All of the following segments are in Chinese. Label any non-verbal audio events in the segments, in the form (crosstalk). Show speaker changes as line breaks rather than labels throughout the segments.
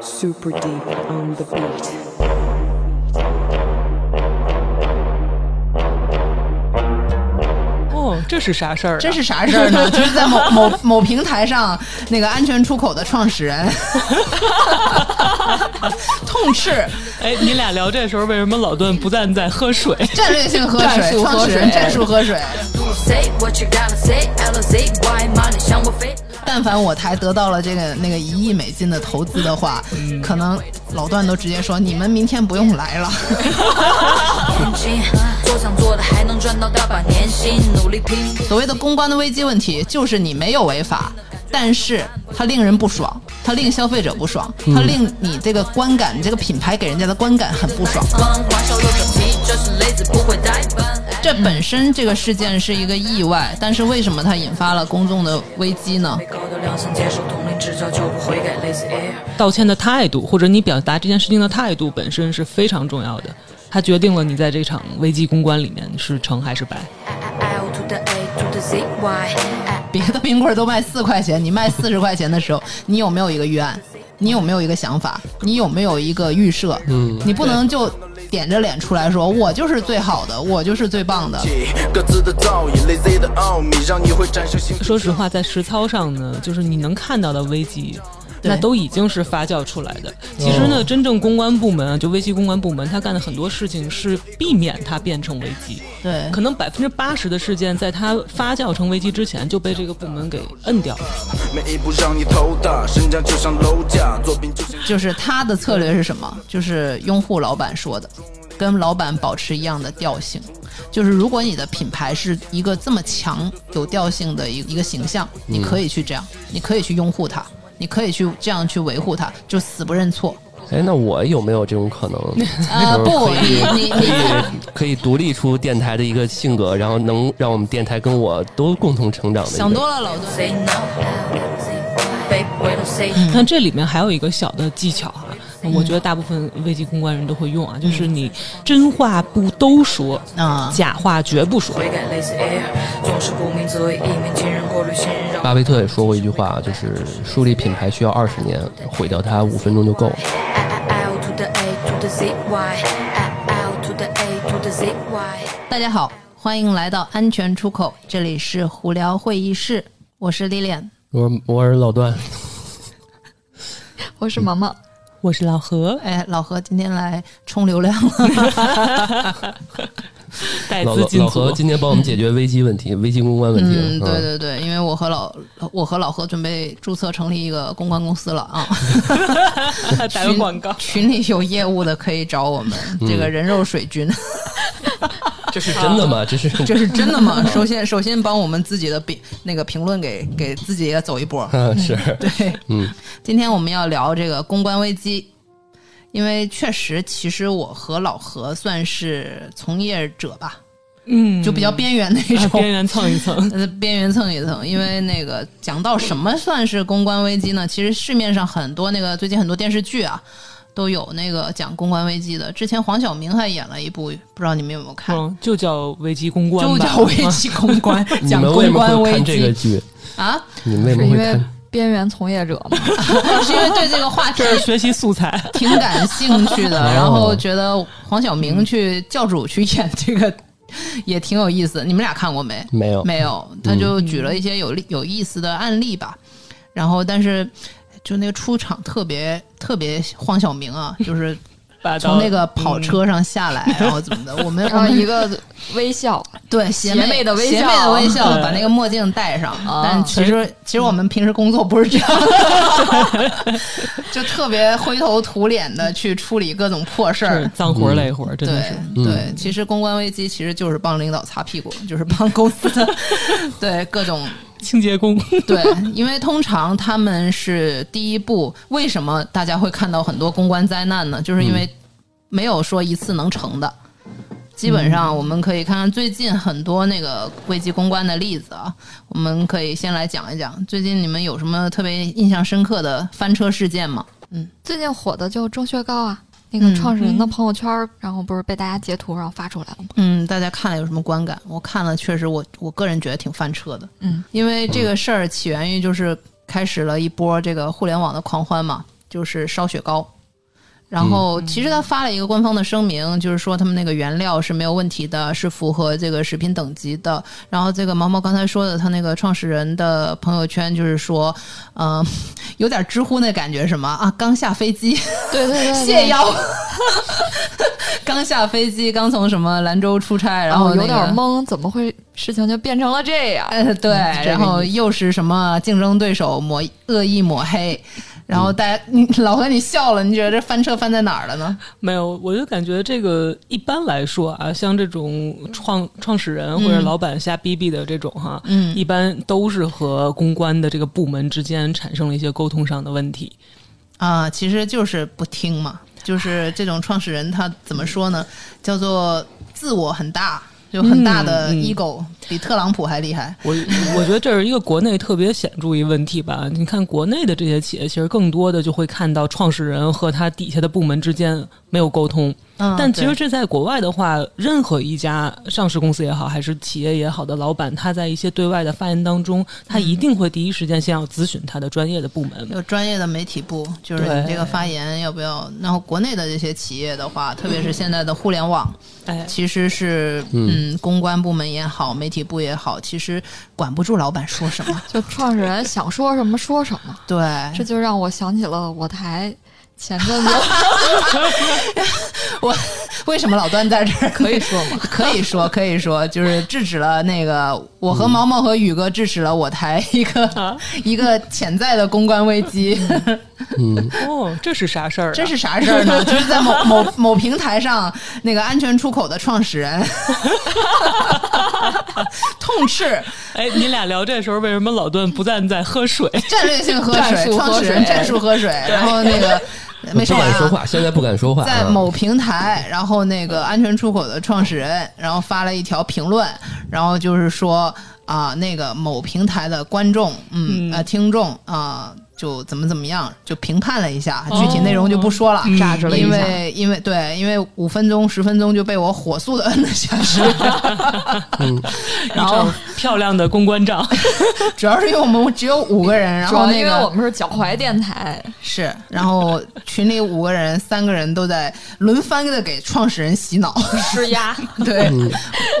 super deep on the beat.
Q 哦，这是啥事儿、啊？
这是啥事
(laughs)
儿呢？就是在某 (laughs) 某某平台上，那个安全出口的创始人 (laughs) 痛斥
哎，你俩聊这时候为什么老段不但在喝水？
战略性喝
战
水，
术喝
创始人
水
战术喝水。
Say what you gotta say, elevate why money 向我飞。
但凡我台得到了这个那个一亿美金的投资的话，
嗯
可能老段都直接说你们明天不
(laughs)
用来了。
天津做想做的还能赚到大把年薪，努力拼。
所谓的公关的危机问题，就是你没有违法，但是它令人不爽，它令消费者不爽，它
嗯
令你这个观感，你这个品牌给人家的观感很不爽。
忙花销又整齐，这是累子不会呆板。
这本身这个事件是一个意外，但是为什么它引发了公众的危机呢
被？高调亮相接受统领指教，就不悔改。累子 air。
(laughs) 道歉的态度，或者你表达这件事情的态度本身是非常重要的，它决定了你在这场危机公关里面是成还是败。
L to the A to the Z Y。
别的冰棍儿都卖四块钱，你卖四十块钱的时候，你有没有一个预案？你有没有一个想法？你有没有一个预设？嗯，你不能就点着脸出来说，我就是最好的，我就是最棒的。
各自的造诣，lazy 的奥秘，让你会产生新。
说实话，在实操上呢，就是你能看到的危机。
对
那都已经是发酵出来的。其实呢，真正公关部门啊，就危机公关部门，他干的很多事情是避免它变成危机。
对
可能百分之八十的事件，在它发酵成危机之前就被这个部门给摁掉了。
每一步让你头大，身价就像楼价，作品就像。
就是他的策略是什么？就是拥护老板说的，跟老板保持一样的调性。就是如果你的品牌是一个这么强有调性的一一个形象，你可以去这样，你可以去拥护它，你可以去这样去维护它，就死不认错。
哎，那我有没有这种
(laughs)
可能？
呃，
就是
不，
可以
你你
可以
你
可以独立出电台的一个性格，然后能让我们电台跟我都共同成长的一个。
想多了，老段。
Say no. Babe, wait and say.
嗯
那这里面还有一个小的技巧哈、我觉得大部分危机公关人都会用啊，就是你真话不都说，
嗯啊
假话绝不说。
悔改累子 air，总是不鸣则已，一鸣惊人，过滤信任，让
巴菲特也说过一句话，就是树立品牌需要二十年，毁掉它五分钟就够了。
L to the A to the Z Y。L to the A to the Z Y。
大家好，欢迎来到安全出口，这里是胡聊会议室，我是 Lilian。
我我是老段，
我是萌萌，
我是老
(laughs)
何，
哎，老何今天来充流量了。哎
带
老
资
老
进
老
组
何。今天帮我们解决危机
(laughs)
问题、危机公关问题。啊
嗯，对对对，因为我和老我和老何准备注册成立一个公关公司了啊，
(laughs) 打个
(laughs)
广告，
群里有业务的可以找我们。
嗯
这个人肉水军， (laughs)
这是真的吗？这是
这
(laughs)
是真的吗？ (laughs) 首先首先帮我们自己的评那个评论给给自己也走一波。
嗯是
对，
嗯，
今天我们要聊这个公关危机，因为确实，其实我和老何算是从业者吧，
嗯，
就比较边缘那
啊
种。
边缘蹭一
(laughs)
蹭。
呃，边缘蹭一蹭，因为那个讲到什么算是公关危机呢？其实市面上很多那个最近很多电视剧啊，都有那个讲公关危机的。之前黄晓明还演了一部，不知道你们有没有看？
嗯，就叫危机公关吧，
就叫危机公关，
(laughs) 你
讲
们为什
公
么
关
会
危
看这个
机
剧？
啊，
你们为什
是
么
因
会
为
看？
边缘从业者嘛。
(laughs) 是因为对这个话题
(laughs) 这是学习素材。
(laughs) 挺感兴趣的，
(laughs) 哦
然后觉得黄晓明去教主去演这个也挺有意思。你们俩看过没？
没有嗯
没有，他就举了一些有利有意思的案例吧。然后，但是就那个出场特别特别黄晓明啊，就是
霸道嗯
从那个跑车上下
(laughs)
来，然后怎么的？我们
然
我
后
们
一个微笑，
对邪
邪魅的微笑
邪魅的微笑，
对
把那个墨镜戴上。
哦
但其实其实我们平时工作不是这样，
(laughs)
就特别灰头土脸的去处理各种破事
是
儿。
脏活
嗯
累活，真的
对
是。嗯
对，其实公关危机其实就是帮领导擦屁股，就是帮公司的 (laughs) 对各种
清洁工。
对，因为通常他们是第一步。为什么大家会看到很多公关灾难呢？就是因为没有说一次能成的。基本上我们可以看看最近很多那个危机公关的例子啊，我们可以先来讲一讲。最近你们有什么特别印象深刻的翻车事件吗？
最近火的就郑雪糕啊，那个创始人的朋友圈，然后不是被大家截图然后发出来了吗？
嗯，大家看了有什么观感？我看了，确实我我个人觉得挺翻车的。
嗯，
因为这个事儿起源于就是开始了一波这个互联网的狂欢嘛，就是烧雪糕。然后，其实他发了一个官方的声明，就是说他们那个原料是没有问题的，是符合这个食品等级的。然后，这个毛毛刚才说的，他那个创始人的朋友圈就是说，嗯、 (laughs) 有点知乎那感觉，什么啊，刚下飞机，
对 (laughs) 对对，
谢邀， (laughs) 刚下飞机，刚从什么兰州出差，然
然
后、
哦后有点。
(laughs)
懵，怎么会事情就变成了这样？
呃，对，然后又是什么竞争对手抹恶意抹黑，然后大家， (laughs) 你老何你笑了，你觉得这翻车翻在哪儿了呢？
没有，我就感觉这个一般来说啊，像这种创创始人或者老板瞎逼逼的这种哈，
嗯
一般都是和公关的这个部门之间产生了一些沟通上的问题。
啊，其实就是不听嘛，就是这种创始人他怎么说呢？叫做自我很大，就很大的
嗯嗯
ego，、比特朗普还厉害。
我我觉得这是一个国内特别显著一问题吧。你看国内的这些企业，其实更多的就会看到创始人和他底下的部门之间没有沟通。
嗯，
但其实
对
这在国外的话，任何一家上市公司也好，还是企业也好的老板，他在一些对外的发言当中，他
嗯
一定会第一时间先要咨询他的专业的部门。
有专业的媒体部，就是你这个发言要不要？然后国内的这些企业的话，特别是现在的互联网，
哎，
其实是嗯，公关部门也好，媒体部也好，其实管不住老板说 (laughs) 什么。
就创始人想说什么说什么，
对，
这就让我想起了我台前阵 (laughs) 子
我为什么老端在这儿？ (laughs) 可以说吗？可以说，可以说，就是制止了那个我和毛毛和宇哥制止了我台一个、一个潜在的公关危 (laughs) 机。
哦，这是啥事儿、啊？
这是啥事儿
(laughs)
呢？就是在某某某平台上，那个安全出口的创始人痛斥
哎，你俩聊这时候为什么老段不但在喝水？ (laughs)
战略性喝
战
水，
术喝水
创始人战术喝水，然后那个没说
不
完啊
敢说。话，现在不敢说话啊。
在某平台，然后那个安全出口的创始人，然后发了一条评论，然后就是说啊、那个某平台的观众，嗯，呃，听众啊、就怎么怎么样，就评判了一下，
哦
具体内容就不说了，
榨嗯汁了
因
一下。
为因为对，因为五分钟十分钟就被我火速的摁了下
(laughs)
去，然后
漂亮的公关
(laughs)
照，
主要是因为我们只有五个人，
(laughs)
然
主
后
要
那
因为
个
我们是脚踝电台，
是，然后群里五个人，三个人都在轮番的给创始人洗脑 (laughs) 施压。对，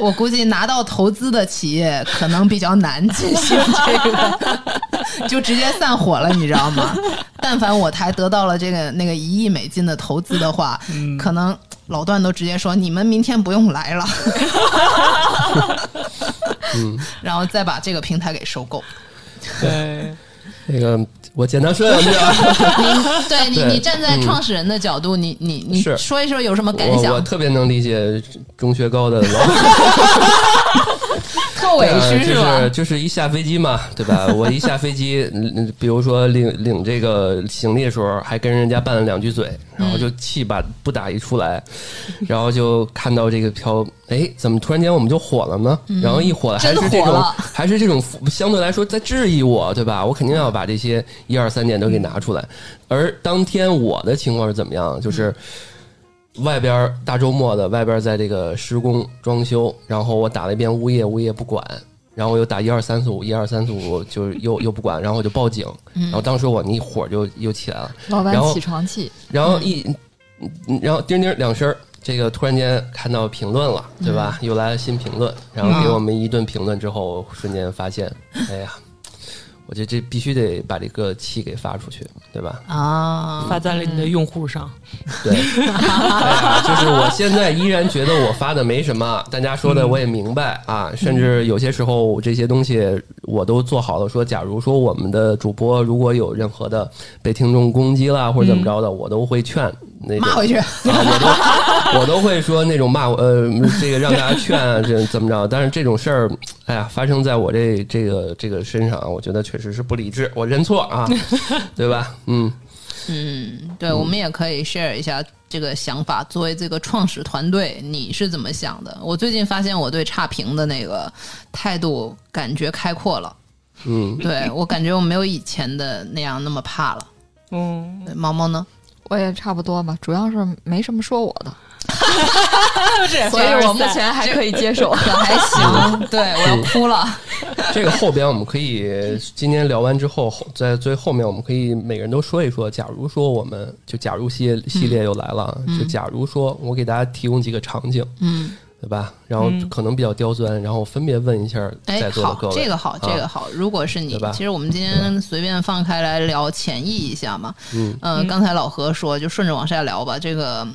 我估计拿到投资的企业可能比较难进行这个， (laughs) 就直接散伙了，你知道吗？但凡我台得到了这个那个一亿美金的投资的话，可能老段都直接说你们明天不用来了， (laughs) 然后再把这个平台给收购。
对，
那个，我简单说两句啊。
(laughs) 对你，
对嗯
你站在创始人的角度，你你你
是
说一说有什么感
我我
想？
特别能理解中学高
(laughs)
的老板。
特委
呃
屈是吧？
就是就是一下飞机嘛，对吧？我一下飞机，嗯嗯比如说领领这个行李的时候，还跟人家拌了两句嘴，然
嗯
后就气把不打一出来，然后就看到这个飘，哎，怎么突然间我们就火了呢？然后一火了，还
嗯真
是
的
这
火
种
了，
还是这种相对来说在质疑我，对吧？我肯定要把这些一二三点都给拿出来。而当天我的情况是怎么样？就是。
嗯
外边儿大周末的，外边儿在这个施工装修，然后我打了一遍物业，物业不管，然后我又打一二三四五，一二三四五就是又又不管，然后我就报警，然后当时我那一火就又起来了，
(laughs) 老板
然后
起床气，
然后一，嗯然后叮叮两声儿，这个突然间看到评论了，对吧？又来了新评论，然后给我们一顿评论之后，瞬间发现，哎呀，我这这必须得把这个气给发出去，对吧？
啊，
发在了你的用户上。
(laughs)
对，哎呀，就是我现在依然觉得我发的没什么，大家说的我也明白啊，甚至有些时候这些东西我都做好了。说，假如说我们的主播如果有任何的被听众攻击啦，或者怎么着的，我都会劝那种
骂回去。
啊，我都 (laughs) 我都会说那种骂我呃，这个让大家劝啊，这怎么着？但是这种事儿，哎呀，发生在我这这个这个身上，我觉得确实是不理智，我认错
(laughs)
啊，对吧？嗯，
嗯，对，我们也可以 share 一下这个想法。作为这个创始团队，你是怎么想的？我最近发现我对差评的那个态度感觉开阔了。
嗯，
对我感觉我没有以前的那样那么怕了。
嗯，
对毛毛呢？
我也差不多吧，主要是没什么说我的，所以我目前还可以接 (laughs) 受。
还行，对我要哭了。
(laughs) 这个后边我们可以今天聊完之后，后在最后面我们可以每个人都说一说。假如说我们就假如系系列又来了，就假如说我给大家提供几个场景，
嗯，
对吧？然后可能比较刁钻，然后分别问一下
哎
在，座的
好
各，位。
这个好，这个
啊
好。如果是你
对吧，
其实我们今天随便放开来聊潜意一下嘛。
嗯
呃，刚才老何说，就顺着往下聊吧。这个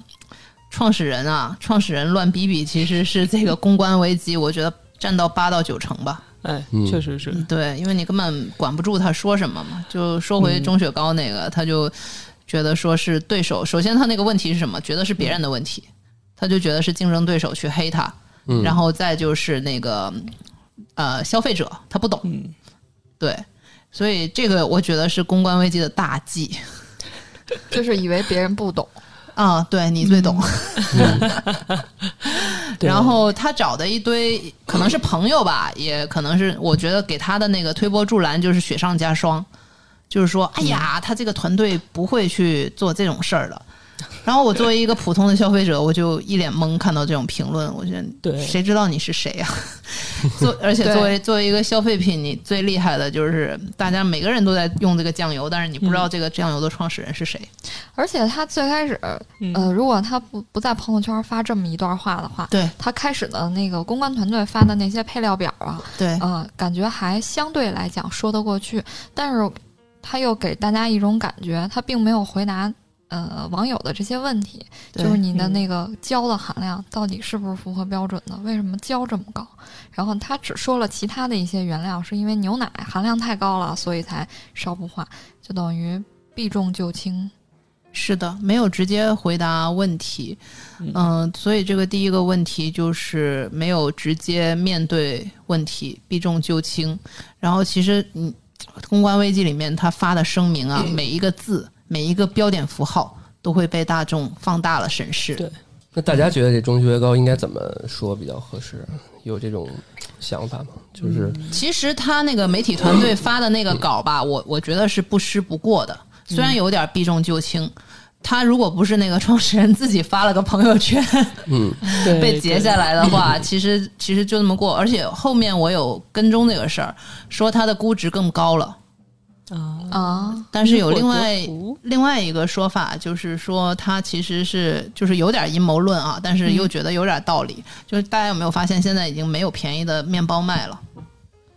创始人啊，创始人乱逼逼，其实是这个公关危机，我觉得占到八到九成吧。
哎
嗯，
确实是，
对，因为你根本管不住他说什么嘛。就说
嗯
回钟雪糕那个，他就觉得说是对手。首先，他那个问题是什么？觉得是别人的问题，他就觉得是竞争对手去黑他。
嗯
然后再就是那个呃，消费者他不懂，
嗯
对，所以这个我觉得是公关危机的大忌
就是以为别人不懂，
啊。对你最懂。
嗯
(laughs)
对
然后他找的一堆可能是朋友吧，也可能是我觉得给他的那个推波助澜就是雪上加霜，就是说，哎
嗯
呀，他这个团队不会去做这种事儿的。然后我作为一个普通的消费者，我就一脸懵，看到这种评论，我觉得
对
谁知道你是谁呀、啊 (laughs)
(laughs)
做而且
对
作为作为一个消费品，你最厉害的就是大家每个人都在用这个酱油，但是你不知
嗯
道这个酱油的创始人是谁。
而且他最开始，
嗯
呃，如果他不不在朋友圈发这么一段话的话，
对
他开始的那个公关团队发的那些配料表啊，
对
呃，感觉还相对来讲说得过去，但是他又给大家一种感觉，他并没有回答呃网友的这些问题，
对
就是你的
嗯
那个胶的含量到底是不是符合标准的？为什么胶这么高？然后他只说了其他的一些原料是因为牛奶含量太高了，所以才烧不化，就等于避重就轻。
是的，没有直接回答问题。
嗯
嗯、所以这个第一个问题就是没有直接面对问题，避重就轻。然后其实你公关危机里面他发的声明啊，每一个字、每一个标点符号都会被大众放大了审视。
对
那大家觉得这中学高应该怎么说比较合适？有这种想法吗？就是
其实他那个媒体团队发的那个稿吧，我我觉得是不失不过的，虽然有点避重就轻。他如果不是那个创始人自己发了个朋友圈，
对
被截下
来，
来的话，其实其实就那么过。而且后面我有跟踪这个事儿，说它的估值更高了，哦
啊，
但是有另外
因祸得福
另外一个说法，就是说它其实是就是有点阴谋论啊，但是又觉得有点道理。就是大家有没有发现，现在已经没有便宜的面包卖了？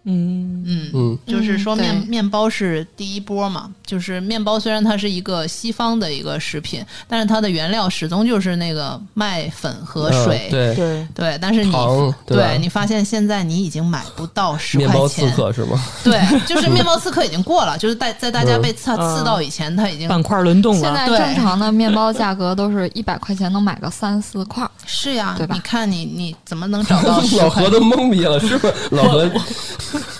嗯，
嗯。
嗯
就是说面、
对
面包是第一波嘛，就是面包虽然它是一个西方的一个食品，但是它的原料始终就是那个麦粉和
呃
水，
对
对，
对，但是你
糖对吧
你发现现在你已经买不到十
面包
块
刺
钱，
客是吗？
对，
(laughs)
就是面包刺客已经过了，就是在在大家
嗯
被刺刺到以前，它已经
板块轮动
现
了，
在
对
正常的面包价格都是一百块钱能买个三四块儿，
是呀
对，吧
你看你你怎么能找
(laughs)
到十
老
块
何？都懵逼了，是吗？老何，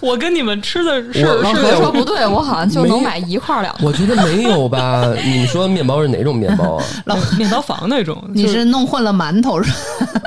我跟你们吃的是
我
老
是
何说不对，我好像就
没
能买一块儿两块儿。
我觉得没有吧？ (laughs) 你们说面包是哪种面包啊？
老
面包房那种，
你
就是
弄混了馒头是吧？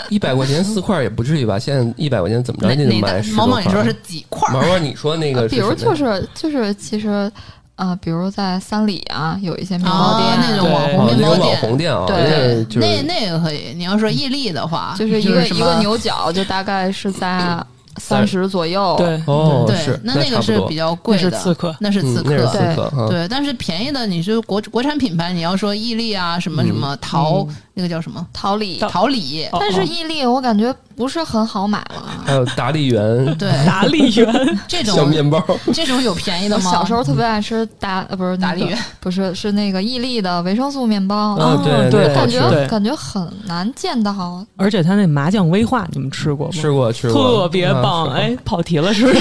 一百块钱四块也不至于吧？现在一百块钱怎么着
哪
也得
哪
买
的
十
毛
多
毛，
块
你说是啊几块
毛？毛，你说那个
比如
什么
就
呀
是就是其实。呃，比如在三里啊，有一些面包店、
啊那种网
对
红
哦，
面
那
包
个网
店，
红店啊，
对
那就是
那那个可以。你要说伊利的话，
就是一个
啊什
一
么
个牛角，就大概是在三十左右。
对，
哦，
对
是，
那那
差
个
不
是
多
比较贵的，
那是刺客
那是
嗯
刺
那是刺
客。
客啊，
对，但是便宜的，你就国国产品牌，你要说伊利啊，什么什
嗯
么陶，那个叫什么
桃李。
桃李，
嗯哦
但是伊利我感觉不是很好买了。
还有达利园
(laughs)
对，
达利园，
这
小
种
面包，
这种有便宜的
我
吗？
小时候特别爱吃达呃不是那
达
个
利园，
(laughs) 不是是那个伊利的维生素面包，
啊，
哦
对
嗯对
那个好
感
吃
觉
对
感觉很难见到。
而且他那麻酱威化，你们吃过吗？
吃过吃过，
特别
啊
棒，，
吃
哎，跑题了是不是？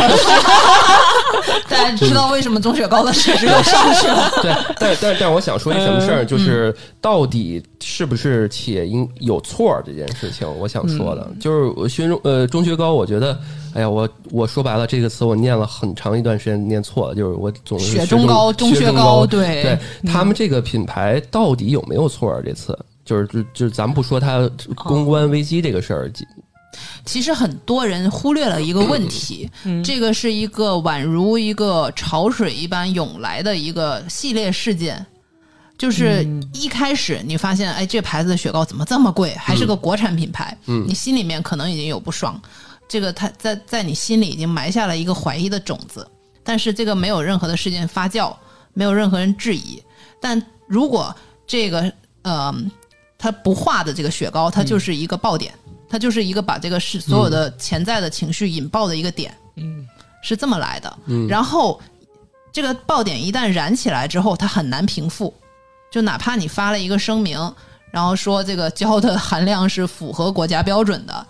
大家知道为什么钟雪糕的市值又上去了？ (laughs)
过对，但但但我想说一什么事儿，就是到底是不是且应有错儿这件事情，我想说
嗯
的，就是我学中呃中学高，我觉得。哎呀，我我说白了，这个词我念了很长一段时间，念错了，就是我总是
雪
中
中高中
中
学
学
高
对
对嗯
他们这个品牌到底有没有错儿？这次就是就就是咱们不说它
哦
公关危机这个事儿，
其实很多人忽略了一个问题，这个是一个宛如一个潮水一般涌来的一个系列事件。就是
嗯
一开始你发现，哎，这牌子的雪糕怎么这么贵，还是个国产品牌，
嗯
你心里面可能已经有不爽，这个它在在你心里已经埋下了一个怀疑的种子，但是这个没有任何的事件发酵，没有任何人质疑，但如果这个呃，它不化的这个雪糕，它就是一个爆点，它就是一个把这个是所有的潜在的情绪引爆的一个点，
嗯，
是这么来的。然后这个爆点一旦燃起来之后，它很难平复，就哪怕你发了一个声明，然后说这个胶的含量是符合国家标准的。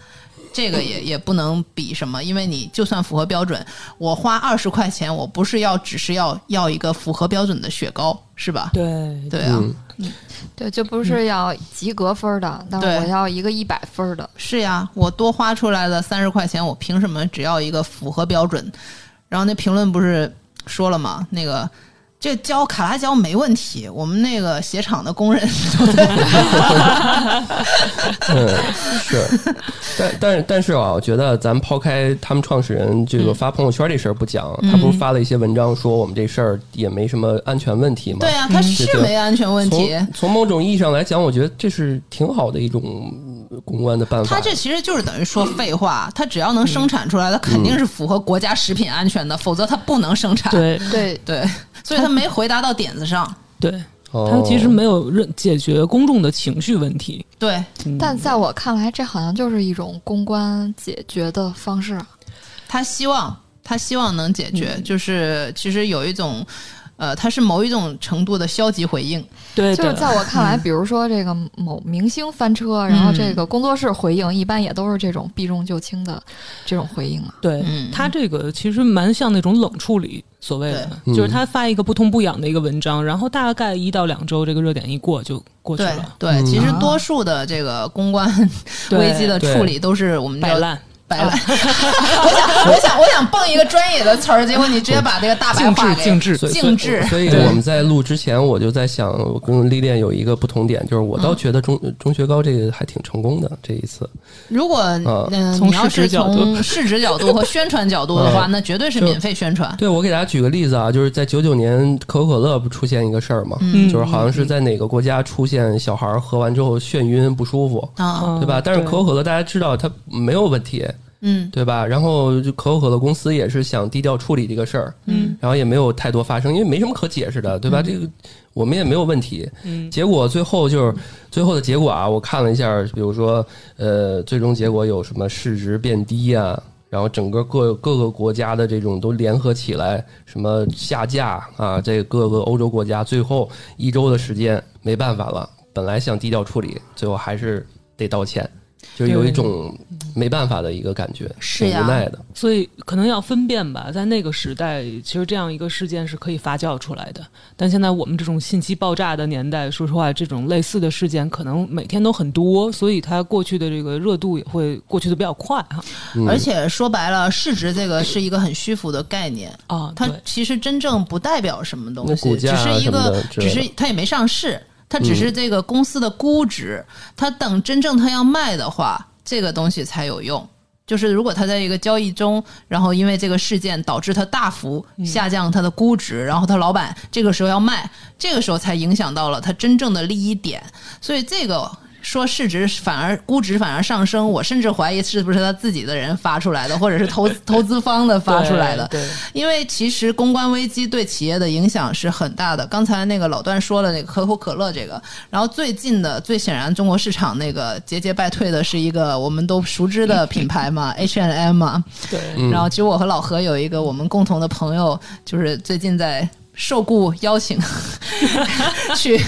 这个也也不能比什么，因为你就算符合标准，我花二十块钱，我不是要只是要要一个符合标准的雪糕，是
(laughs)
吧？
对
对啊，
嗯
对，就不是要及格分儿的，但是
对
我要一个一百分儿的。
是呀，我多花出来了三十块钱，我凭什么只要一个符合标准？然后那评论不是说了吗？那个这胶卡拉胶没问题，我们那个鞋厂的工人 (laughs)
嗯，是， (laughs) 但但是但是啊，我觉得咱抛开他们创始人这个
嗯
发朋友圈这事儿不讲，他不是发了一些文章说我们这事儿也没什么安全问题吗？
对呀、啊他是
对对
没安全问题。
从从某种意义上来讲，我觉得这是挺好的一种呃公关的办法。
他这其实就是等于说废话，他只要能生产出来，他肯定是符合国家食品安全的，否则他不能生
(laughs)
产。
嗯对
对，
对，所以他没回答到点子上。
对，
哦
他其实没有任解决公众的情绪问题。
对，
但在我看来，这好像就是一种公关解决的方式。啊
他希望他希望能解决，就是其实有一种，呃，它是某一种程度的消极回应。
对
就是
的，
在我看来，比如说这个某明星翻车，然后这
嗯
个工作室回应，一般也都是这种避重就轻的这种回应啊。
对、
嗯
他这个其实蛮像那种冷处理，所谓的
对
就是
嗯
他发一个不痛不痒的一个文章，然后大概一到两周，这个热点一过就过去
对
了，
对，其实多数的这个公关
对
危机的处理都是我们叫
摆烂。
摆烂。 (laughs) 我想，我想，我想蹦一个专业的词儿，结果你直接把这个大白话给
静置
所以
静置
所以我们在录之前，我就在想，我跟历练有一个不同点，就是我
嗯
倒觉得中、中学高这个还挺成功的这一次。
如果
呃
嗯，
从
你要
市值
是
角度
从市值角度和宣传角度的话，
嗯
那绝对是
就
免费宣 (laughs) 传。
对，我给大家举个例子啊，就是在九九年可口可乐不出现一个事儿嘛，
嗯
就是好像是在哪个国家出现小孩儿喝完之后眩晕不舒服，
啊，
嗯
对吧？但是可口可乐大家知道它没有问题，
嗯
对吧？然后就可口可乐公司也是想低调处理这个事儿，
嗯，
然后也没有太多发生，因为没什么可解释的，对吧？这个我们也没有问题。
嗯
结果最后就是最后的结果啊，我看了一下，比如说呃，最终结果有什么市值变低啊，然后整个各各个国家的这种都联合起来，什么下架啊，这各个欧洲国家最后一周的时间没办法了，本来想低调处理，最后还是得道歉。就有一种没办法的一个感觉，
是
挺
呀
无奈的。
所以可能要分辨吧，在那个时代，其实这样一个事件是可以发酵出来的。但现在我们这种信息爆炸的年代，说实话，这种类似的事件可能每天都很多，所以它过去的这个热度也会过去的比较快啊哈。
而且说白了，市值这个是一个很虚浮的概念，
啊，
嗯它
对
其实真正不代表什么东
那
西，
股
只
价啊
是一
什么
个
的，
只
之类
是
的嗯
它也没上市，它只是这个公司的估值。它等真正它要卖的话，这个东西才有用。就是如果它在一个交易中，然后因为这个事件导致它大幅
嗯
下降它的估值，然后它老板这个时候要卖，这个时候才影响到了它真正的利益点。所以这个说市值反而估值反而上升，我甚至怀疑是不是他自己的人发出来的，或者是
(laughs)
投投资方的发出来的。
对，对
因为其实公关危机对企业的影响是很大的。刚才那个老段说了那个可口可乐这个，然后最近的最显然中国市场那个节节败退的是一个我们都熟知的品牌嘛，H&M 嘛。
对
然后其实我和老何有一个我们共同的朋友，就是最近在。受雇邀请 (laughs) 去，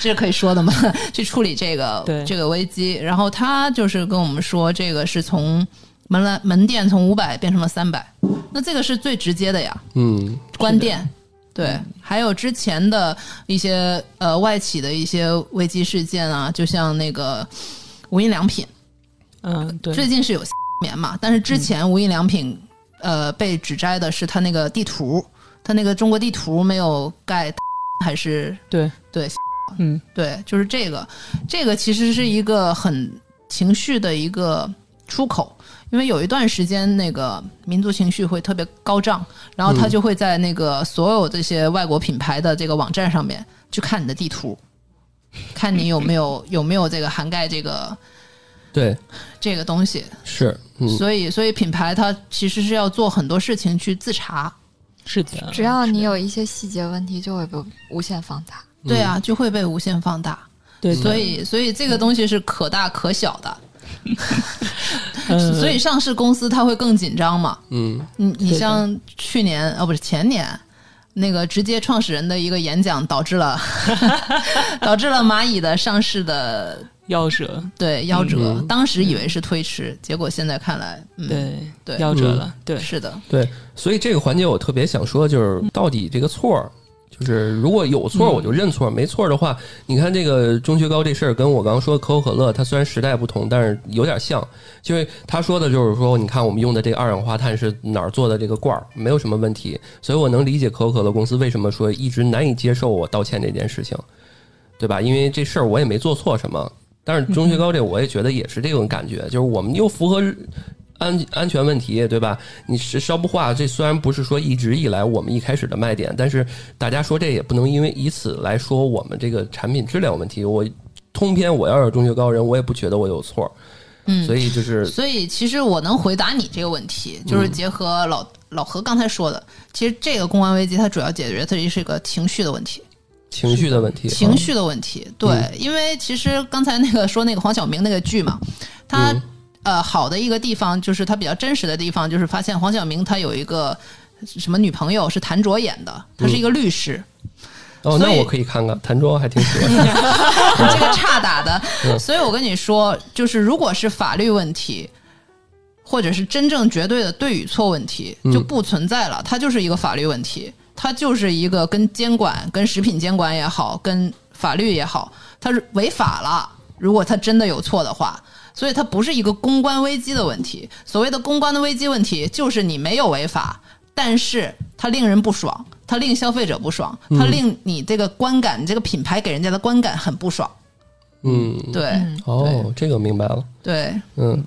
这是可以说的吗？ (laughs) 去处理这个
对
这个危机。然后他就是跟我们说，这个是从门来门店从五百变成了三百，那这个是最直接的呀。
嗯，
关店，对，还有之前的一些呃外企的一些危机事件啊，就像那个无印良品，
嗯，对，
最近是有棉嘛，但是之前无印良品、呃被指摘的是它那个地图，它那个中国地图没有盖，还是
对
对
嗯，
对，就是这个，这个其实是一个很情绪的一个出口，因因为有一段时间那个民族情绪会特别高涨，然后他就会在那个所有这些外国品牌的这个网站上面去看你的地图，看你有没有有没有这个涵盖这个
对，
这个东西。
是，嗯，
所以，所以品牌它其实是要做很多事情去自查，
是的，
只要你有一些细节问题，就会被无限放大。
对啊，就会被无限放大。
对，
所以，所以这个东西是可大可小的。
嗯
所以上市公司它会更紧张嘛？
嗯，
你
对
你
的
像去年哦，不是前年，那个直接创始人的一个演讲，导
(laughs)
致了 (laughs) 导致了蚂蚁的上市的
夭折，
对夭折。
嗯
当时以为是推迟，结果现在看来，嗯，
对
对
夭折了，对，
是的，
对，所以这个环节我特别想说，就是到底这个错儿，就是如果有
嗯
错儿我就认错儿，没错儿的话，你看这个钟薛高这事儿跟我刚刚说的可口可乐，它虽然时代不同，但是有点像，就是他说的就是说，你看我们用的这个二氧化碳是哪儿做的这个罐儿，没有什么问题，所以我能理解可口可乐公司为什么说一直难以接受我道歉这件事情，对吧？因为这事儿我也没做错什么。但是
嗯
钟薛高这我也觉得也是这种感觉，就是我们又符合安安全问题，对吧？你是烧不化，这虽然不是说一直以来我们一开始的卖点，但是大家说这也不能因为以此来说我们这个产品质量有问题。我通篇我要是中学高人，我也不觉得我有错。
嗯
所以就是
所以其实我能回答你这个问题，
嗯
就是结合老、老何刚才说的，其实这个公安危机它主要解决的是一个情绪的问题，
情绪的问题，啊
情绪的问题。对，因为其实刚才那个说那个黄晓明那个剧嘛，他、
嗯
呃好的一个地方就是他比较真实的地方，就是发现黄晓明他有一个什么女朋友是谭卓演的，她是一个律师。
哦，
所以
那我可以看看谭卓还挺喜
(laughs)
欢。
这个差打的。所以我跟你说，就是如果是法律问题，或者是真正绝对的对与错问题，就不存在了，它就是一个法律问题，它就是一个跟监管、跟食品监管也好，跟法律也好，它是违法了。如果它真的有错的话。所以它不是一个公关危机的问题。所谓的公关的危机问题，就是你没有违法，但是它令人不爽，它令消费者不爽，它令你这个观感，你这个品牌给人家的观感很不爽。
嗯，
对、
哦，这个明白了。
对，
嗯，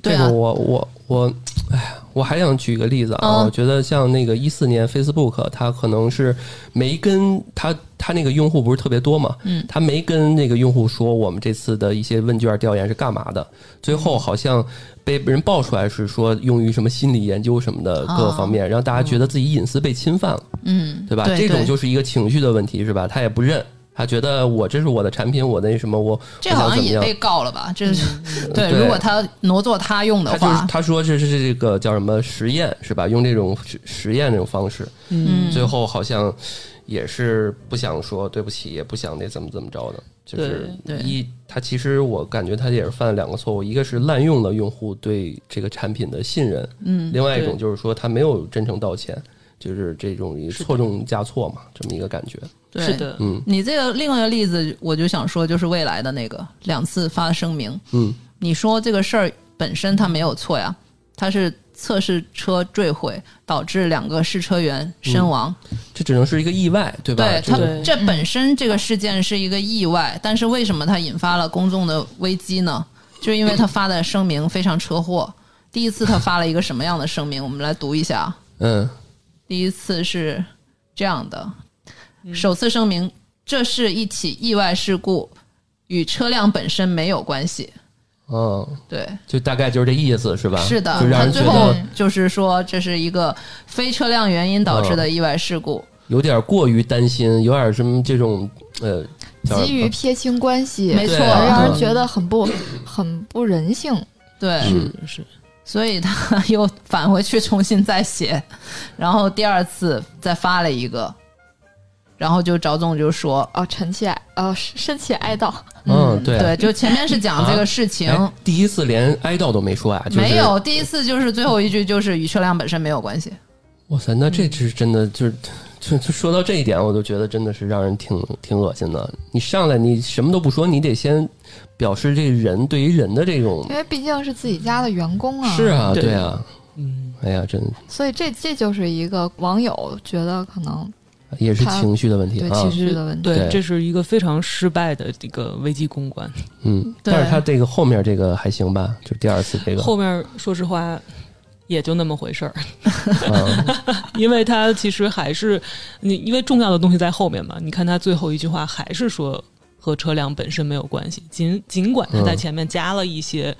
对
这
啊
个我我我，哎，我还想举个例子啊，
嗯
我觉得像那个一四年 Facebook，它可能是没跟它它那个用户不是特别多嘛，嗯，它没跟那个用户说我们这次的一些问卷调研是干嘛的，最后好像被人爆出来是说用于什么心理研究什么的各个方面，让大家觉得自己隐私被侵犯了，
哦嗯，
对吧？
对
这种
对
就是一个情绪的问题，是吧？他也不认。他觉得我这是我的产品，我那什么，我
这
我想
好像
怎么
也
样
被告了吧？这是 (laughs) 对，
对
如果他挪作他用的
他就是
话，
他说这是这个叫什么实验是吧？用这种实实验这种方式，
嗯，
最后好像也是不想说对不起，也不想那怎么怎么着的，就是
对对
一他其实我感觉他也是犯了两个错误，一个是滥用了用户对这个产品的信任，嗯，另外一种就是说他没有真诚道歉。就是这种一错中加错嘛，这么一个感觉。
对
是。的，
嗯
你这个另外一个例子，我就想说，就是未来的那个两次发声明，
嗯，
你说这个事儿本身它没有错呀，它是测试车坠毁导致两个试车员身亡，
这只能是一个意外，嗯对吧？
对
这
它
个
对
这本身这个事件是一个意外，但是为什么它引发了公众的危机呢？就是因为他发的声明非常车祸。第一次他发了一个什么样的声明？我们来读一下啊。
嗯，
第一次是这样的，首次声明，这是一起意外事故，与车辆本身没有关系。
哦，
对，
就大概就是这意思，是吧？
是的
啊就，让
他
人觉
最后
得
就是说这是一个非车辆原因导致
嗯
的意外事故。
有点过于担心，有点什么这种呃，叫
急于撇清关系，
没错
对啊
让人觉得很不很不人性。
对，
嗯
是
所以他 (laughs) 又返回去重新再写，然后第二次再发了一个，然后就着重就说，
哦，臣妾呃深切哀悼。
嗯，对
对，就前面是讲这个事情。
哎，第一次连哀悼都没说啊，就是
没，有，第一次就是最后一句就是与车辆本身没有关系。
哇塞，那这是真的，就是就就说到这一点，我都觉得真的是让人挺挺恶心的。你上来你什么都不说，你得先表示这人对于人的这种
因为毕竟是自己家的员工啊，
是啊，
对
对啊，
嗯，
哎呀，真
所以这这就是一个网友觉得可能
也是
他
情绪的问题
对
啊
情。
嗯
绪的问题。
对
对，
这是一个非常失败的一个危机公关。
嗯，
对
但是他这个后面这个还行吧，就第二次这个
后面说实话。也就那么回事儿，
啊，
(laughs) 因为他其实还是你，因为重要的东西在后面嘛。你看他最后一句话还是说和车辆本身没有关系，尽尽管他在前面加了一些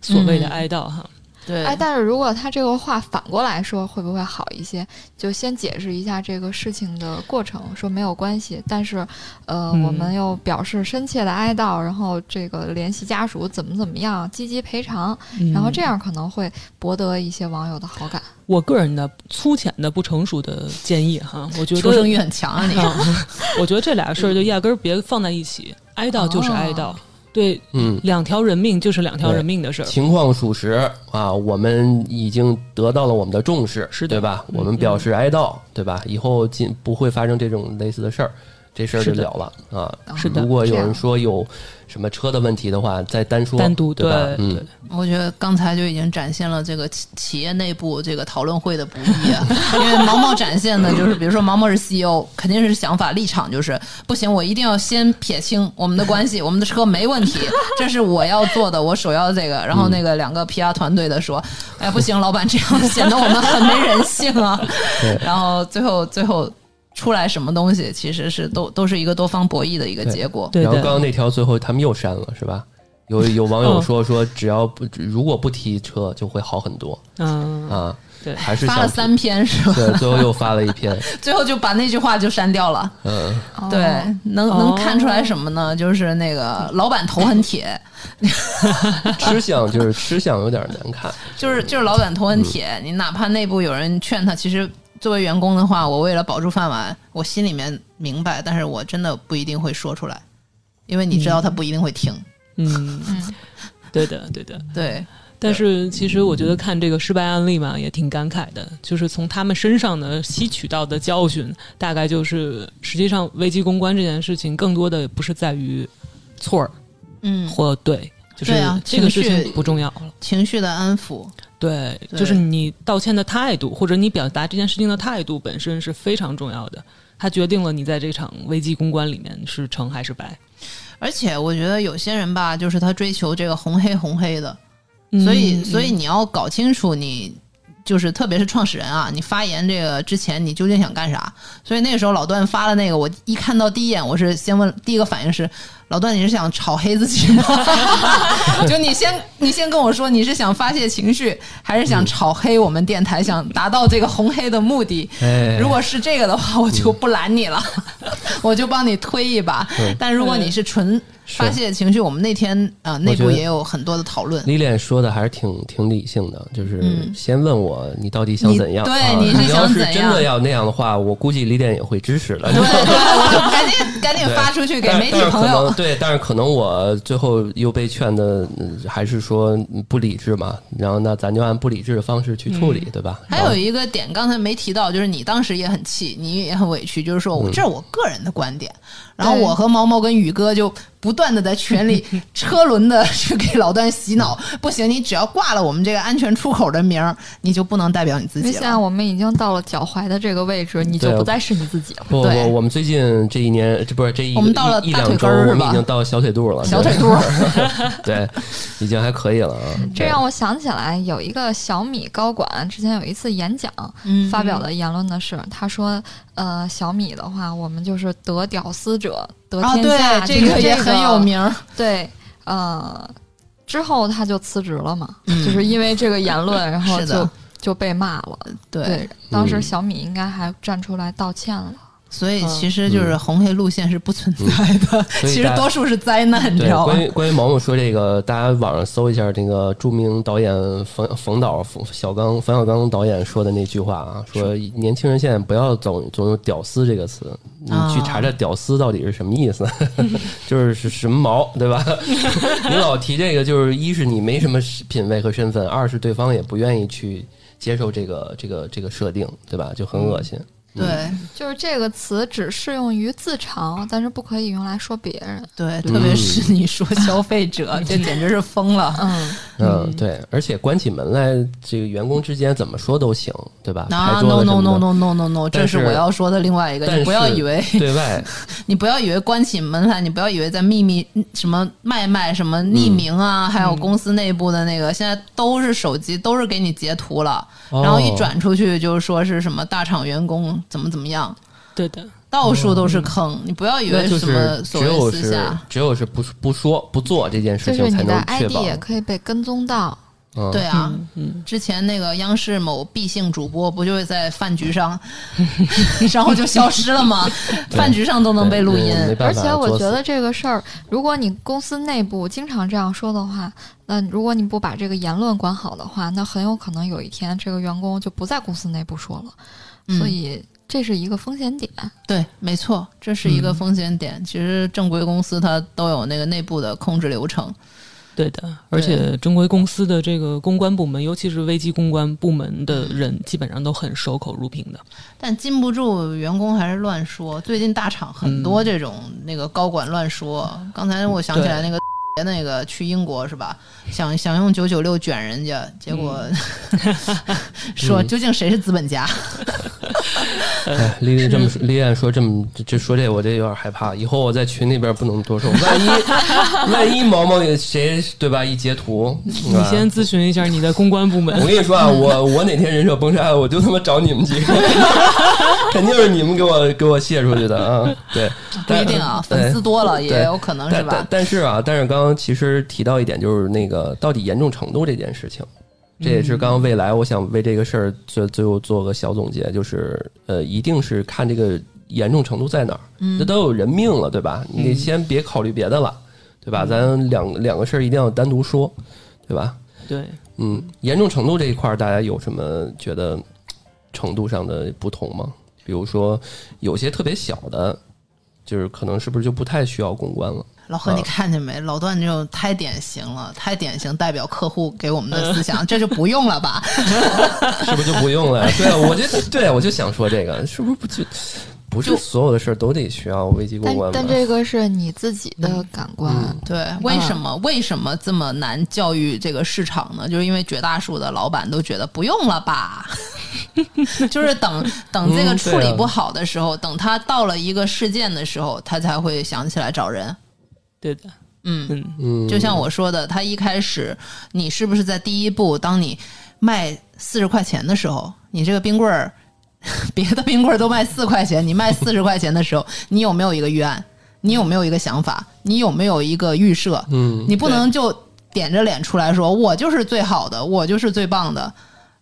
所谓的
嗯
哀悼哈，
对，
哎，但是如果他这个话反过来说，会不会好一些？就先解释一下这个事情的过程，说没有关系，但是，呃，
嗯
我们又表示深切的哀悼，然后这个联系家属怎么怎么样，积极赔偿，
嗯
然后这样可能会博得一些网友的好感。
我个人的粗浅的不成熟的建议哈，我觉
求生
得，
欲很强啊你。
(laughs) 我觉得这俩事儿就压根儿别放在一起，哀悼就是哀悼，对，
嗯，
两条人命就是两条
对
人命的事儿，
情况属实啊，我们已经得到了我们的重视，
是的嗯
对吧？我们表示哀悼，对吧？以后尽不会发生这种类似的事儿，这事儿就是
的
了了啊。
是的
如果有
这
人
样
说有什么车的问题的话，再单说，
单独
对吧？嗯
对，
我觉得刚才就已经展现了这个企企业内部这个讨论会的不易啊，因为毛毛展现的就是，比如说毛毛是 CEO，肯定是想法立场就是不行，我一定要先撇清我们的关系，我们的车没问题，这是我要做的，我首要这个。然后那个两个 PR 团队的说，哎不行，老板这样显得我们很没人性啊
对。
然后最后最后出来什么东西，其实是都都是一个多方博弈的一个
对
结果。
对
然后
对
刚刚那条最后他们又删了，是吧？有有网友
嗯
说说，只要不如果不提车就会好很多
嗯，
啊，
对
还是
发了
想提
三篇是吧？
对，最后又发了一篇，
最后就把那句话就删掉了。
(laughs)
嗯，
哦
对，能能看出来什么呢？就是那
(laughs)
个老板头很铁，
吃相就是吃相有点难看，
就是就是老板头很铁。你哪怕内部有人劝他，其实作为员工的话，我为了保住饭碗，我心里面明白，但是我真的不一定会说出来，因为你知道他不一定会听。
嗯
嗯，
对的，对的。
对，
但是其实我觉得看这个失败案例嘛，也挺感慨的。就是从他们身上呢吸取到的教训，大概就是实际上危机公关这件事情，更多的不是在于错儿
嗯，
或对，就是
对啊
这个事
情绪
情不重要了。
情绪的安抚，
对，
对
就是你道歉的态度，或者你表达这件事情的态度本身是非常重要的，它决定了你在这场危机公关里面是成还是败。
而且我觉得有些人吧，就是他追求这个红黑红黑的，所以，
嗯
所以你要搞清楚你。就是，特别是创始人啊，你发言这个之前，你究竟想干啥？所以那个时候老段发了那个，我一看到第一眼，我是先问，第一个反应是，老段你是想炒黑自己吗？ (laughs) 就你先你先跟我说，你是想发泄情绪，还是
嗯
想炒黑我们电台，想达到这个红黑的目的？
哎，
如果是这个的话，我就不拦你了，我就帮你推一把
嗯对。
但如果你是纯发泄情绪，我们那天啊内
我
部
觉得
也有很多的讨论。
李脸说的还是挺挺理性的，就是
嗯
先问我你到底想怎样。
你对
啊
你
你
是
要
想
是
怎样
真的要那样的话，我估计李脸也会支持的。
对对， (laughs) 我就赶紧赶紧
对
发出去给
但
媒体
但是
朋
可
友
能。嗯对，但是可能我最后又被劝的，嗯还是说嗯不理智嘛。然后那咱就按不理智的方式去处理，对吧？
嗯还有一个点，刚才没提到，就是你当时也很气，你也很委屈，就是说我这是我个人的观
嗯
点。然后我和毛毛跟宇哥就不断的在群里 (laughs)
(laughs)
车轮的去给老段洗脑，不行，你只要挂了我们这个安全出口的名儿，你就不能代表你自
因
己
为现在
了。
我们已经到了脚踝的这个位置，你就
对
不再是你自己了。
不
对
不，我们最近这一年，这不是这一
我们到了
一一
大腿
两周，
根儿是
我们
吧
已经到小腿肚了。
小腿
对
肚儿，
对，已经还可以了啊。
这
对
让我想起来有一个小米高管之前有一次演讲，
嗯
发表的言论的是，他说，呃，小米的话，我们就是得屌丝者得
啊，
天
对
下，，
这
个
个也很有，名儿。
对，呃，之后他就辞职了嘛，就是因为这个言论，然后
嗯是的
就就被骂了，
对，
对，当时
嗯
小米应该还站出来道歉了，
所以其实就是红黑路线是不存在的，
嗯所
(laughs)
以
其实
大家
多数是灾难，你知
对，
道吗
关？于关于毛毛说这个，大家网上搜一下这个著名导演冯冯导冯小刚冯小刚导演说的那句话啊，说年轻人现在不要总总用“屌丝”这个词，你
啊
去查查“屌丝”到底是什么意思， (laughs) 就是是什么毛，对吧？ (laughs) 你老提这个，就是一是你没什么品位和身份，二是对方也不愿意去接受这个这个这个设定，对吧？就很恶心。
对
嗯
就是这个词只适用于自嘲，但是不可以用来说别人，
(laughs) 对，特别是你说消费者，这简直是疯了。啊
嗯，
嗯嗯，对，而且关起门来，这个员工之间怎么说都行，对吧？
啊
牌
，no
桌子
no
什么的
no no no no no，这
但
是
是
我要说的另外一个，
但
你不要以为
是对
(laughs)
外
你不要以为关起门来，你不要以为在秘密嗯什么卖卖什么
嗯
匿名啊，还有公司内部的那个，现在都是手机都是给你截图了，
哦
然后一转出去就是说是什么大厂员工怎么怎么样，
对的，
到处都是坑，你不要以
嗯那
为
就
什么
是
所
只
谓
有
私
是
下，
只有是不不说不做这件事
就是
情才
你的
能确
ID
保。
也可以被跟踪到，
嗯，
对啊。
嗯，
之前那个央视某 B 姓主播不就是在饭局
(laughs)
上， (laughs) 然后就消失了吗？饭局上都能被录
对
音，
嗯没办
而
法
且我
作
觉
死
得这个事儿，如果你公司内部经常这样说的话，那如果你不把这个言论管好的话，那很有可能有一天这个员工就不在公司内部说了，
嗯
所以这是一个风险点。
对，没错，这是一个风险点。其实正规公司它都有那个内部的控制流程。
对的，而且正规公司的这个公关部门，尤其是危机公关部门的人，基本上都很守口如瓶的。
但禁不住员工还是乱说。最近大厂很多这种那个高管乱说。刚才我想起来那个那个去英国是吧？想想用九九六卷人家，结果、 (laughs) 说究竟谁是资本家？
哎， (laughs) 丽丽这么说，丽安说这么这这说这，我这有点害怕。以后我在群里边不能多说，万一
(laughs)
万一毛毛也谁对吧？一截图，你
你先咨询一下你的公关部
我
门，
跟你说啊，我 (laughs) 我哪天人设崩塌，我就他妈找你们几个， (laughs) 肯定是你们给我给我泄出去的啊！对，
不一定啊，
但
粉丝多了也
对
有可能是
但
吧
但？但是啊，但是刚刚其实提到一点，就是那个到底严重程度这件事情，这也是
嗯
刚刚未来我想为这个事儿最最后做个小总结，就是呃，一定是看这个严重程度在哪儿，
嗯
这都有人命了，对吧？你得先别考虑别的了，对
嗯
吧？咱两两个事儿一定要单独说，对吧？
对。
嗯，严重程度这一块儿，大家有什么觉得程度上的不同吗？比如说有些特别小的，就是可能是不是就不太需要公关了？
老何，你
啊
看见没？老段这种太典型了，太典型代表客户给我们的思想，这就不用了吧？
是不是就不用了？对啊，我就对我就想说这个，是不是不就不是所有的事儿都得需要危机公
但
关吗？
但这个是你自己的感官，
对，为什
嗯
么、为什么这么难教育这个市场呢？就是因为绝大数的老板都觉得不用了
(laughs)
吧，就是等等这个
嗯
处
对
理
啊
不好的时候，等他到了一个事件的时候，他才会想起来找人。
对的，
嗯，
嗯，
嗯，
就像我说的，他一开始你是不是在第一步，当你卖四十块钱的时候，你这个冰棍儿， (laughs) 别的冰棍儿都卖四块钱，你卖四十块钱的时候，你有没有一个预案？你有没有一个想法？你有没有一个预设？
嗯，
你不能就点着脸出来说我就是最好的，我就是最棒的。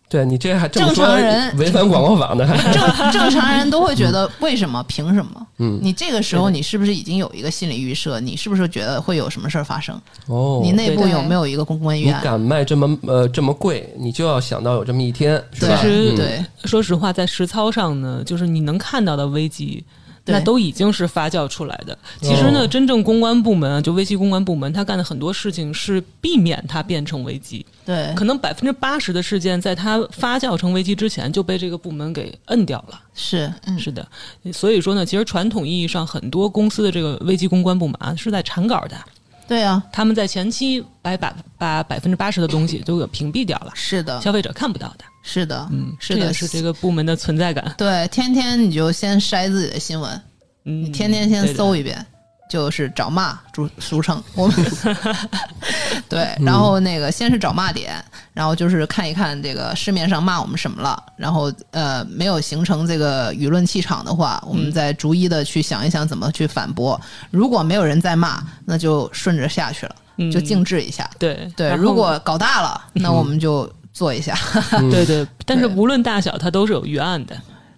对你这还这么
正
说
常人
违反广告法呢？还
正正常人都会觉得为什么？凭什么？
嗯
你这个时候你是不是已经有一个心理预设？你是不是觉得会有什么事儿发生？
哦，
你内部
对
有没有一个公关预
你
案？
敢卖这么呃这么贵，你就要想到有这么一天，是
对
吧？
实
嗯
对，
说实话，在实操上呢，就是你能看到的危机。
对
那都已经是发酵出来的。其实呢，
哦
真正公关部门啊，就危机公关部门，他干的很多事情是避免它变成危机。
对
可能百分之八十的事件，在它发酵成危机之前就被这个部门给摁掉了。
是嗯
是的，所以说呢，其实传统意义上，很多公司的这个危机公关部门啊，是在缠稿的。
对啊，
他们在前期把把把百分之八十的东西都给屏蔽掉了，
是的，
消费者看不到的。
是的，
嗯，
是
这
的，
也是这个部门的存在感。
对，天天你就先筛自己的新闻，
嗯，
你天天先
对的
搜一遍，就是找骂，俗俗称
(laughs)
我们。对，然后那个先是找骂点，然后就是看一看这个市面上骂我们什么了，然后呃没有形成这个舆论气场的话，我们再逐一的去想一想怎么去反驳。如果没有人在骂，那就顺着下去了，就静置一下。
嗯对
对，
然后
如果搞大了，那我们就做一下。
对对，但是
嗯对
无论大小，它都是有预案的。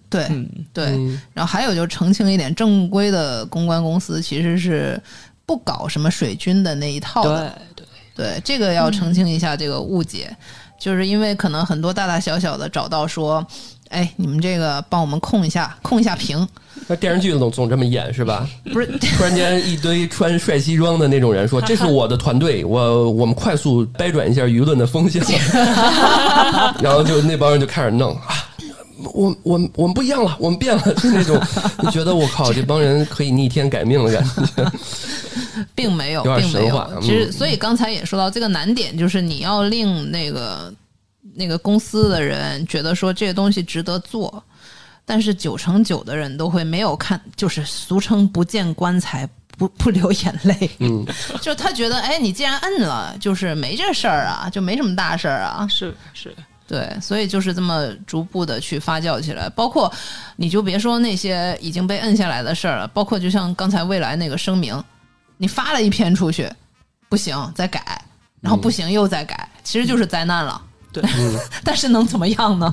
对，
嗯，
对，
嗯
然后还有就是澄清一点，正规的公关公司其实是不搞什么水军的那一套的。
对对，
对，这个要澄清一下这个误解，就是因为可能很多大大小小的找到说，哎，你们这个帮我们控一下，控一下屏，
那电视剧总总这么演是吧？
不是
突然间一堆穿帅西装的那种人说：“这是我的团队， (laughs) 我我们快速 (laughs) 掰转一下舆论的风向。”然后就那帮人就开始弄啊，我我们我们不一样了，我们变了，就那种就觉得我靠，这帮人可以逆天改命的感觉。
并没有，
有点
并没
神话
有。其实，
嗯
所以刚才也说到这个难点，就是你要令那个那个公司的人觉得说这个东西值得做，但是九成九的人都会没有看，就是俗称不见棺材。不 (laughs) 不流眼泪，
嗯，
就是他觉得，哎，你既然摁了，就是没这事儿啊，就没什么大事儿啊，
是是，
对，所以就是这么逐步的去发酵起来，包括你就别说那些已经被摁下来的事儿了，包括就像刚才未来那个声明，你发了一篇出去，不行再改，然后不行又再改，其实就是灾难了。
对，
(laughs) 但是能怎么样呢？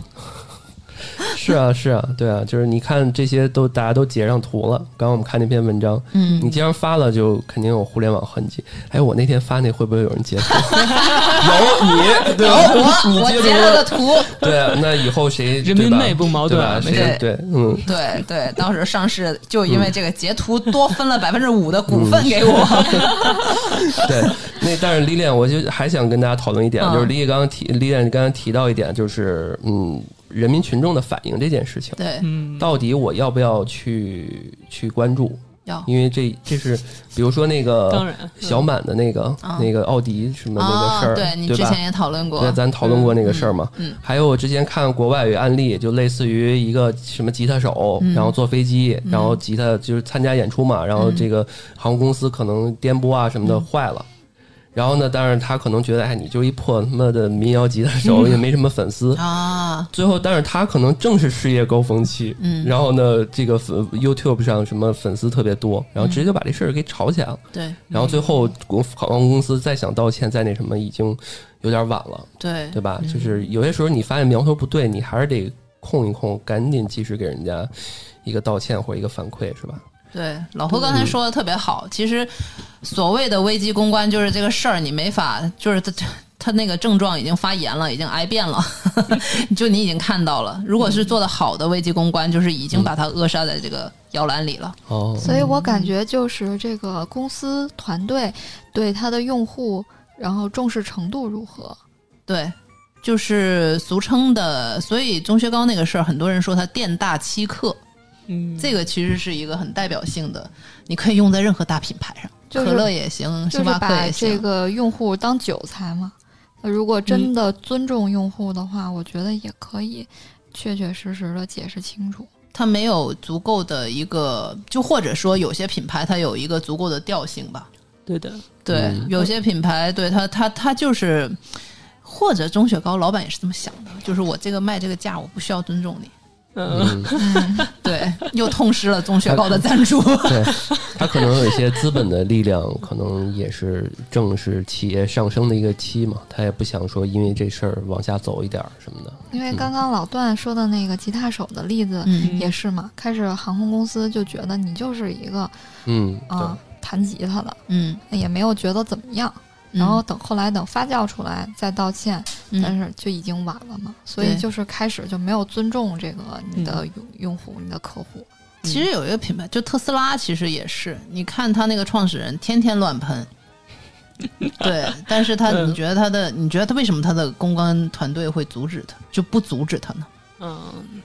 是啊，是啊，对啊，就是你看这些都大家都截上图了。刚刚我们看那篇文章，嗯，你既然发了，就肯定有互联网痕迹。哎，我那天发那会不会有人截图？有你，对吧？你
我我
截
截
图
了个图，
(laughs)
对啊，那以后谁
人民
对吧
内部矛盾啊
对吧？
没
事
谁对，
(laughs)
嗯，
对对，当时上市就因为这个截图多分了百分之五的股份给我，
嗯对，那但是李炼，我就还想跟大家讨论一点，
嗯
就是李刚刚提李炼刚刚提到一点，就是嗯，人民群众的反应这件事情，
(laughs) 对，
嗯
到底我要不要去去关注？
要
因为这这是比如说那
哦
个
当然嗯哦
小满的那个、那个奥迪什么那个
啊
事儿、，
对你
对
之
吧？
前也讨论过
对，，咱讨论过那个事儿嘛。嗯，还有我之前看国外有案例，就类似于一个什么吉他手，然后坐飞机，然后吉他就是参加演出嘛，然后这个航空公司可能颠簸啊什么的坏了。然后呢？当然，他可能觉得，哎，你就一破他妈的民谣吉他手， (laughs) 也没什么粉丝。
啊，
最后，但是他可能正是事业高峰期，嗯，然后呢，这个粉 YouTube 上什么粉丝特别多，然后直接就把这事儿给炒起来了。
对
然后最后，国航空公司再想道歉，再那什么，已经有点晚了。
对嗯
对吧？就是有些时候你发现苗头不对，你还是得控一控，赶紧及时给人家一个道歉或者一个反馈，是吧？
对，老胡刚才说的特别好。其实，所谓的危机公关，就是这个事儿你没法，就是他他那个症状已经发炎了，已经癌变了， (laughs) 就你已经看到了。如果是做的好的危机公关，就是已经把它扼杀在这个摇篮里了。
哦，
所以我感觉就是这个公司团队对它的用户，然后重视程度如何？
对，就是俗称的，所以钟薛高那个事儿，很多人说他店大欺客，
嗯，
这个其实是一个很代表性的，你可以用在任何大品牌上，
就是
可乐也行，星
就是
巴克
把
也
这
行。嗯
个用户当韭菜嘛。那如果真的尊重用户的话，我觉得也可以确确实实的解释清楚。
它没有足够的一个，就或者说有些品牌它有一个足够的调性吧。
对的，
对，有些品牌对它它它就是，或者钟雪糕老板也是这么想的，就是我这个卖这个价，我不需要尊重你。
嗯，
对，又痛失了钟雪糕的赞助。
对，他可能有一些资本的力量，可能也是正是企业上升的一个期嘛，他也不想说因为这事儿往下走一点儿什么的。
因为刚刚老段说的那个吉他手的例子
嗯
也是嘛，开始航空公司就觉得你就是一个
嗯，
啊、
哦
呃弹吉他的，
嗯，
也没有觉得怎么样。
嗯
然后等后来等发酵出来再道歉，
嗯
但是就已经晚了嘛，所以
对嗯
就是开始就没有尊重这个你的用用户、你的客户。
其实有一个品牌，就特斯拉，其实也是，你看它那个创始人天天乱喷。对，但是他，
嗯
你觉得他的，你觉得他为什么他的公关团队会阻止他，就不阻止他呢？
嗯，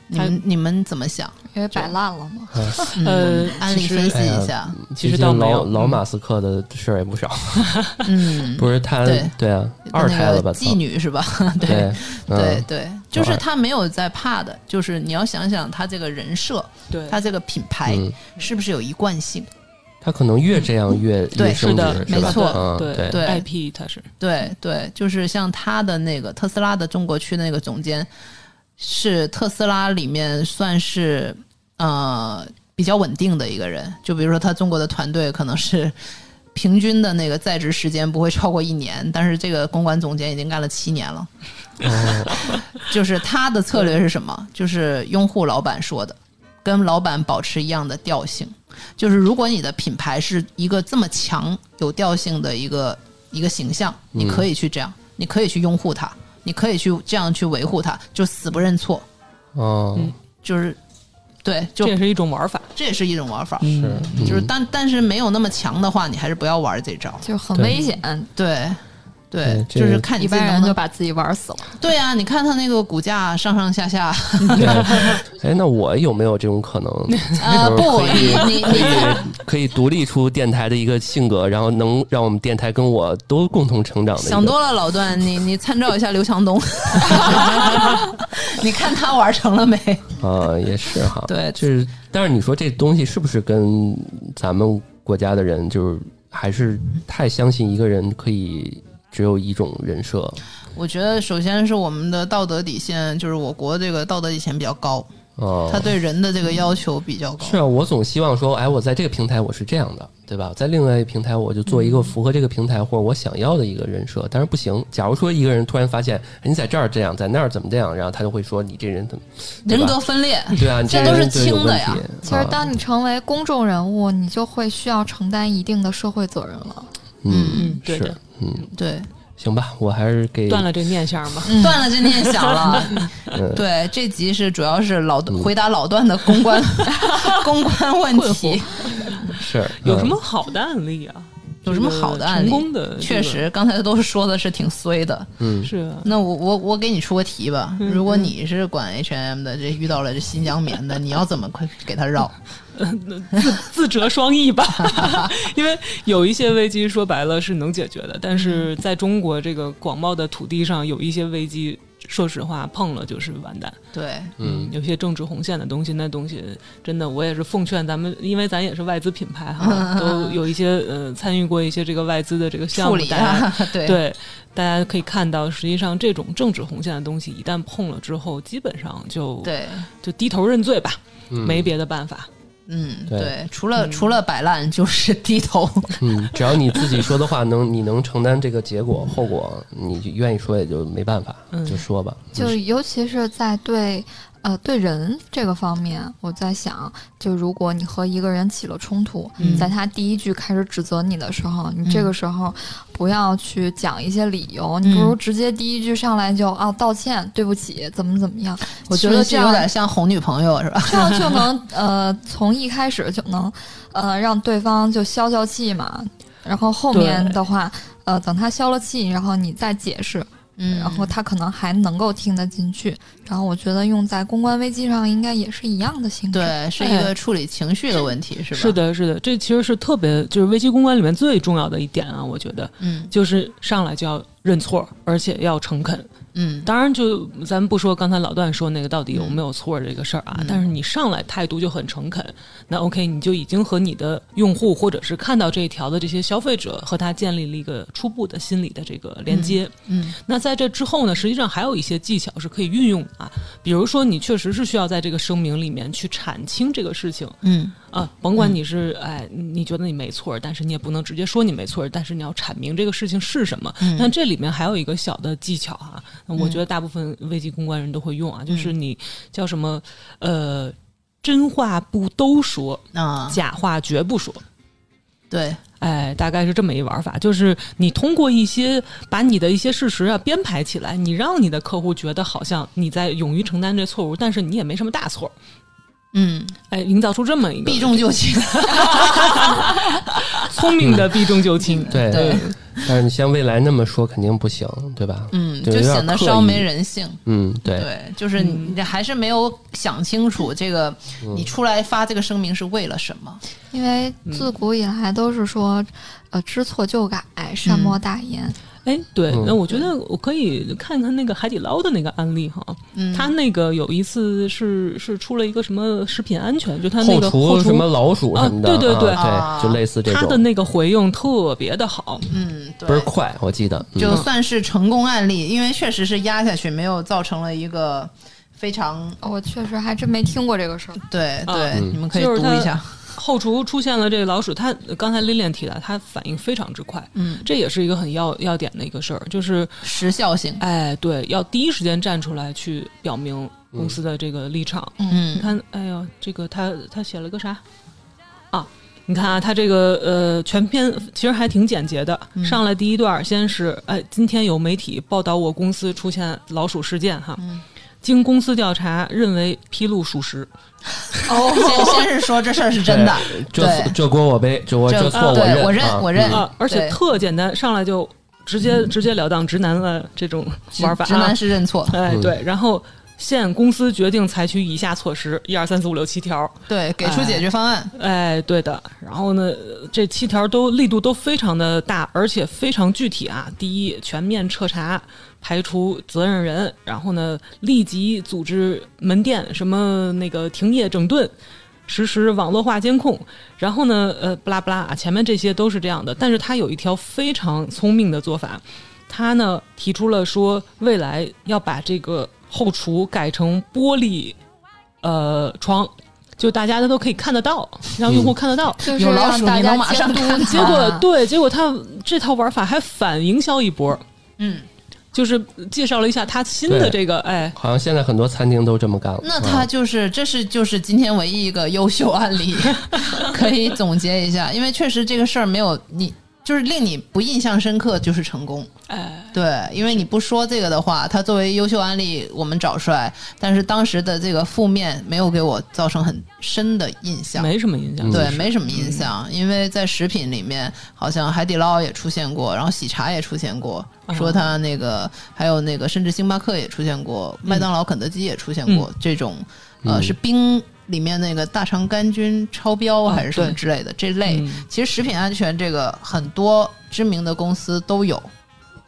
你们你们怎么想？
因为摆烂了嘛。
嗯
呃
案例
其实
分析
哎呀
一下，
其实
毕竟
倒没
啊老
有
老
嗯
马斯克的事儿
(laughs)
也不少，
嗯，
(laughs) 不是他
对
对啊，二胎
那
了
个
吧？
妓
操
女是吧？ (laughs) 对
对
对
嗯
对，就是他没有在怕的，就是你要想想他这个人设，
对，
他这个品牌
嗯，
是不是有一贯性？
他可能越这样越
对
越升
是的
值，
没
吧
错
嗯
对
对
IP 它是
对对，就是像他的那个特斯拉的中国区的那个总监，是特斯拉里面算是呃比较稳定的一个人。就比如说他中国的团队可能是 (laughs) 平均的那个在职时间不会超过一年，但是这个公关总监已经干了七年了。就是他的策略是什么？就是拥护老板说的，跟老板保持一样的调性。就是如果你的品牌是一个这么强有调性的一个一个形象，
嗯
你可以去这样，你可以去拥护它，你可以去这样去维护它，就死不认错，
哦，
嗯就是对，就
这也是一种玩法，
这也是一种玩法。
嗯
是，嗯
就是但但是没有那么强的话，你还是不要玩这招。
就很
对
危险，
对，对，
哎这
就
个
是看你
一
自己
般
能
人
不
就
能。
把自己玩死了。
对啊，你看它那个股价上上下下，
对，哎，那我有没有这种可能？
啊
就是
不，
可以
你你
可以
你
可以独立出电台的一个性格，然后能让我们电台跟我都共同成长的一个。
想多了，老段，你你参照一下刘强东， (laughs) 你看他玩成了没？
啊，也是哈。
对
就是，但是你说这东西是不是跟咱们国家的人就是还是太相信一个人可以只有一种人设？
我觉得首先是我们的道德底线，就是我国这个道德底线比较高，
哦、
他对人的这个要求比较高。
是啊，我总希望说，哎，我在这个平台我是这样的，对吧？在另外一个平台，我就做
嗯
一个符合这个平台或者我想要的一个人设。但是不行，假如说一个人突然发现，哎你在这儿这样，在那儿怎么这样，然后他就会说你这人怎么对吧
人格分裂，
对啊？你
这
人
都是
就有
轻的
问
呀
题。
其实，
啊
当你成为公众人物，你就会需要承担一定的社会责任了。
嗯，
嗯，对
是
的，
嗯，
(laughs) 对，
行吧，我还是给
断了这念想吧。
断了这念想了。
(laughs) 嗯
对，这集是主要是老回答老段的公
(laughs)
关公关问
困
题
惑，
是
有什
嗯
么好的案例啊？
有什么好的案例？
成功的
确实，刚才都说的是挺衰的。
嗯
是啊
那我我我给你出个题吧，如果你是管 H&M 的，这遇到了这新疆棉的，你要怎么快给他绕？
自折双翼吧， (laughs) 因为有一些危机说白了是能解决的，但
嗯
是在中国这个广袤的土地上，有一些危机，说实话碰了就是完蛋。
(laughs) 对，
嗯，
有些政治红线的东西，那东西真的，我也是奉劝咱们， (laughs) 因为咱也是外资品牌
嗯
哈，都有一些呃参与过一些这个外资的这个项
处
目，
理
大家 (laughs)
啊， (laughs) 对
对，大家可以看到，实际上这种政治红线的东西，一旦碰了之后，基本上就
对
就低头认罪吧，
嗯
没别的办法。
嗯，
对
对，除了除了摆烂就是低
(laughs)
头，
嗯，只要你自己说的话能，你能承担这个结果后果，你就愿意说也就没办法，
嗯
就说吧。
就尤其嗯是在对呃对人这个方面，我在想，就如果你和一个人起了冲突，
嗯
在他第一句开始指责你的时候，你这个时候不要去讲一些理由，你不如直接第一句上来就啊道歉，对不起，怎么怎么样。
我觉得
这
这有
样
点像哄女朋友是吧？
这样就能呃从一开始就能呃让对方就消消气嘛，然后后面
对
的话呃等他消了气，然后你再解释，
嗯
然后他可能还能够听得进去。然后我觉得用在公关危机上应该也是一样的性质。
对， (laughs) 是一个处理情绪的问题是吧？
哎是，的，是的，这其实是特别就是危机公关里面最重要的一点啊，我觉得
嗯
就是上来就要认错，而且要诚恳。
嗯，
当然就，咱们不说刚才老段说那个到底有没有错这个事儿啊，
嗯
但是你上来态度就很诚恳，那 OK，你就已经和你的用户或者是看到这一条的这些消费者和他建立了一个初步的心理的这个连接。
嗯嗯
那在这之后呢，实际上还有一些技巧是可以运用的啊，比如说你确实是需要在这个声明里面去阐清这个事情，
嗯
啊，甭管你是、哎，你觉得你没错儿，但是你也不能直接说你没错儿，但是你要阐明这个事情是什么。
嗯
那、这里面还有一个小的技巧啊，那我觉得大部分危机公关人都会用
嗯
啊，就是你叫什么呃，真话不都说，
啊，
假话绝不说。
对，
哎，大概是这么一玩法，就是你通过一些把你的一些事实啊编排起来，你让你的客户觉得好像你在勇于承担这错误，但是你也没什么大错儿，
嗯，
哎，营造出这么一个
避重就轻，
聪明的避重就轻。
对，
对
但是你像未来那么说肯定不行，对吧？
嗯，
对
就
有点
显得
刻
稍
意
没人性。
嗯，对，
对，就是你
嗯
你这还是没有想清楚这个，
嗯
你出来发这个声明是为了什么？
因为
嗯
自古以来都是说，呃，知错就改，善
嗯
莫大焉。
(laughs) 哎，对，
嗯
那我觉得我可以看看那个海底捞的那个案例哈，
嗯
他那个有一次是是出了一个什么食品安全，就他那
后
个
厨
后厨
什么老鼠什么的，
啊对对对
啊对，就类似这
他的
种，
那个回应特别的好，
嗯，
倍儿
对，
快，我记得。嗯
就算是成功案例，因为确实是压下去，没有造成了一个非常
哦我确实还真没听过这个事儿。
对
啊
对，
嗯
你们可以
就是
读
他
一下。
后厨出现了这个老鼠，他刚才 Lilian 提到，他反应非常之快，
嗯，
这也是一个很要要点的一个事儿，就是
时效性，
哎，对，要第一时间站出来去表明公司的这个立场，你
嗯
看，哎呦，这个他他写了个啥啊？你看啊，他这个呃，全篇其实还挺简洁的。
嗯
上来第一段，先是哎，今天有媒体报道我公司出现老鼠事件哈，
嗯
经公司调查认为披露属实。
哦， (laughs) 先先是说这事儿是真的，
这
对
这锅我背，这我
这
这错我
对我
认
认
啊
我认
嗯
啊，而且
对嗯
特简单，上来就直接直截了当直男的这种玩法、啊。
直男是认错，
哎，
嗯
对，然后现公司决定采取以下措施：一二三四五六七条。
对，给出解决方案。
哎，对的。然后呢，这七条都力度都非常的大，而且非常具体啊。第一，全面彻查，排除责任人。然后呢，立即组织门店什么那个停业整顿。实施网络化监控，然后呢，呃，不拉不拉啊，前面这些都是这样的，但是他有一条非常聪明的做法，他呢提出了说，未来要把这个后厨改成玻璃呃窗，就大家都可以看得到，让用户看得到。
就是
有老
让
鼠
大
你
家
能马上
监督
看 (laughs)
它
结果对，结果他这套玩法还反营销一波，
嗯，
就是介绍了一下他新的
对
这个，哎，
好像现在很多餐厅都这么干了。
那
嗯
他
啊
就是，这是就是今天唯一一个优秀案
(laughs)
例，可以总结一下，因为确实这个事儿没有你，就是令你不印象深刻就是成功。
哎，
对，因为你不说这个的话，他作为优秀案例我们找出来，但是当时的这个负面没有给我造成很深的印象。
没什么印象。
对，没什么印象，
嗯
因为在食品里面，好像海底捞也出现过，然后喜茶也出现过，
嗯
说它那个还有那个，甚至星巴克也出现过，
嗯
麦当劳、肯德基也出现过这种，呃，是冰里面那个大肠杆菌超标
啊
还是什么
对
之类的这类
嗯。
其实食品安全这个很多知名的公司都有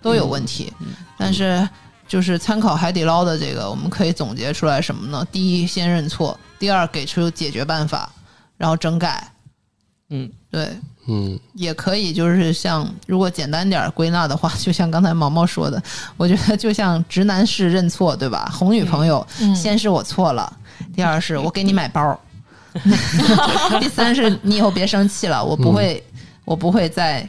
都有问题，
嗯
但是。就是参考海底捞的这个，我们可以总结出来什么呢？第一，先认错；第二，给出解决办法；然后整改。
嗯，
对，
嗯，
也可以就是像如果简单点儿归纳的话，就像刚才毛毛说的，我觉得就像直男式认错，对
(laughs)
吧？红女朋友，
嗯
先是我错了，第二是我给你买包儿， (laughs) 第三是你以后别生气了，我不会，我不会再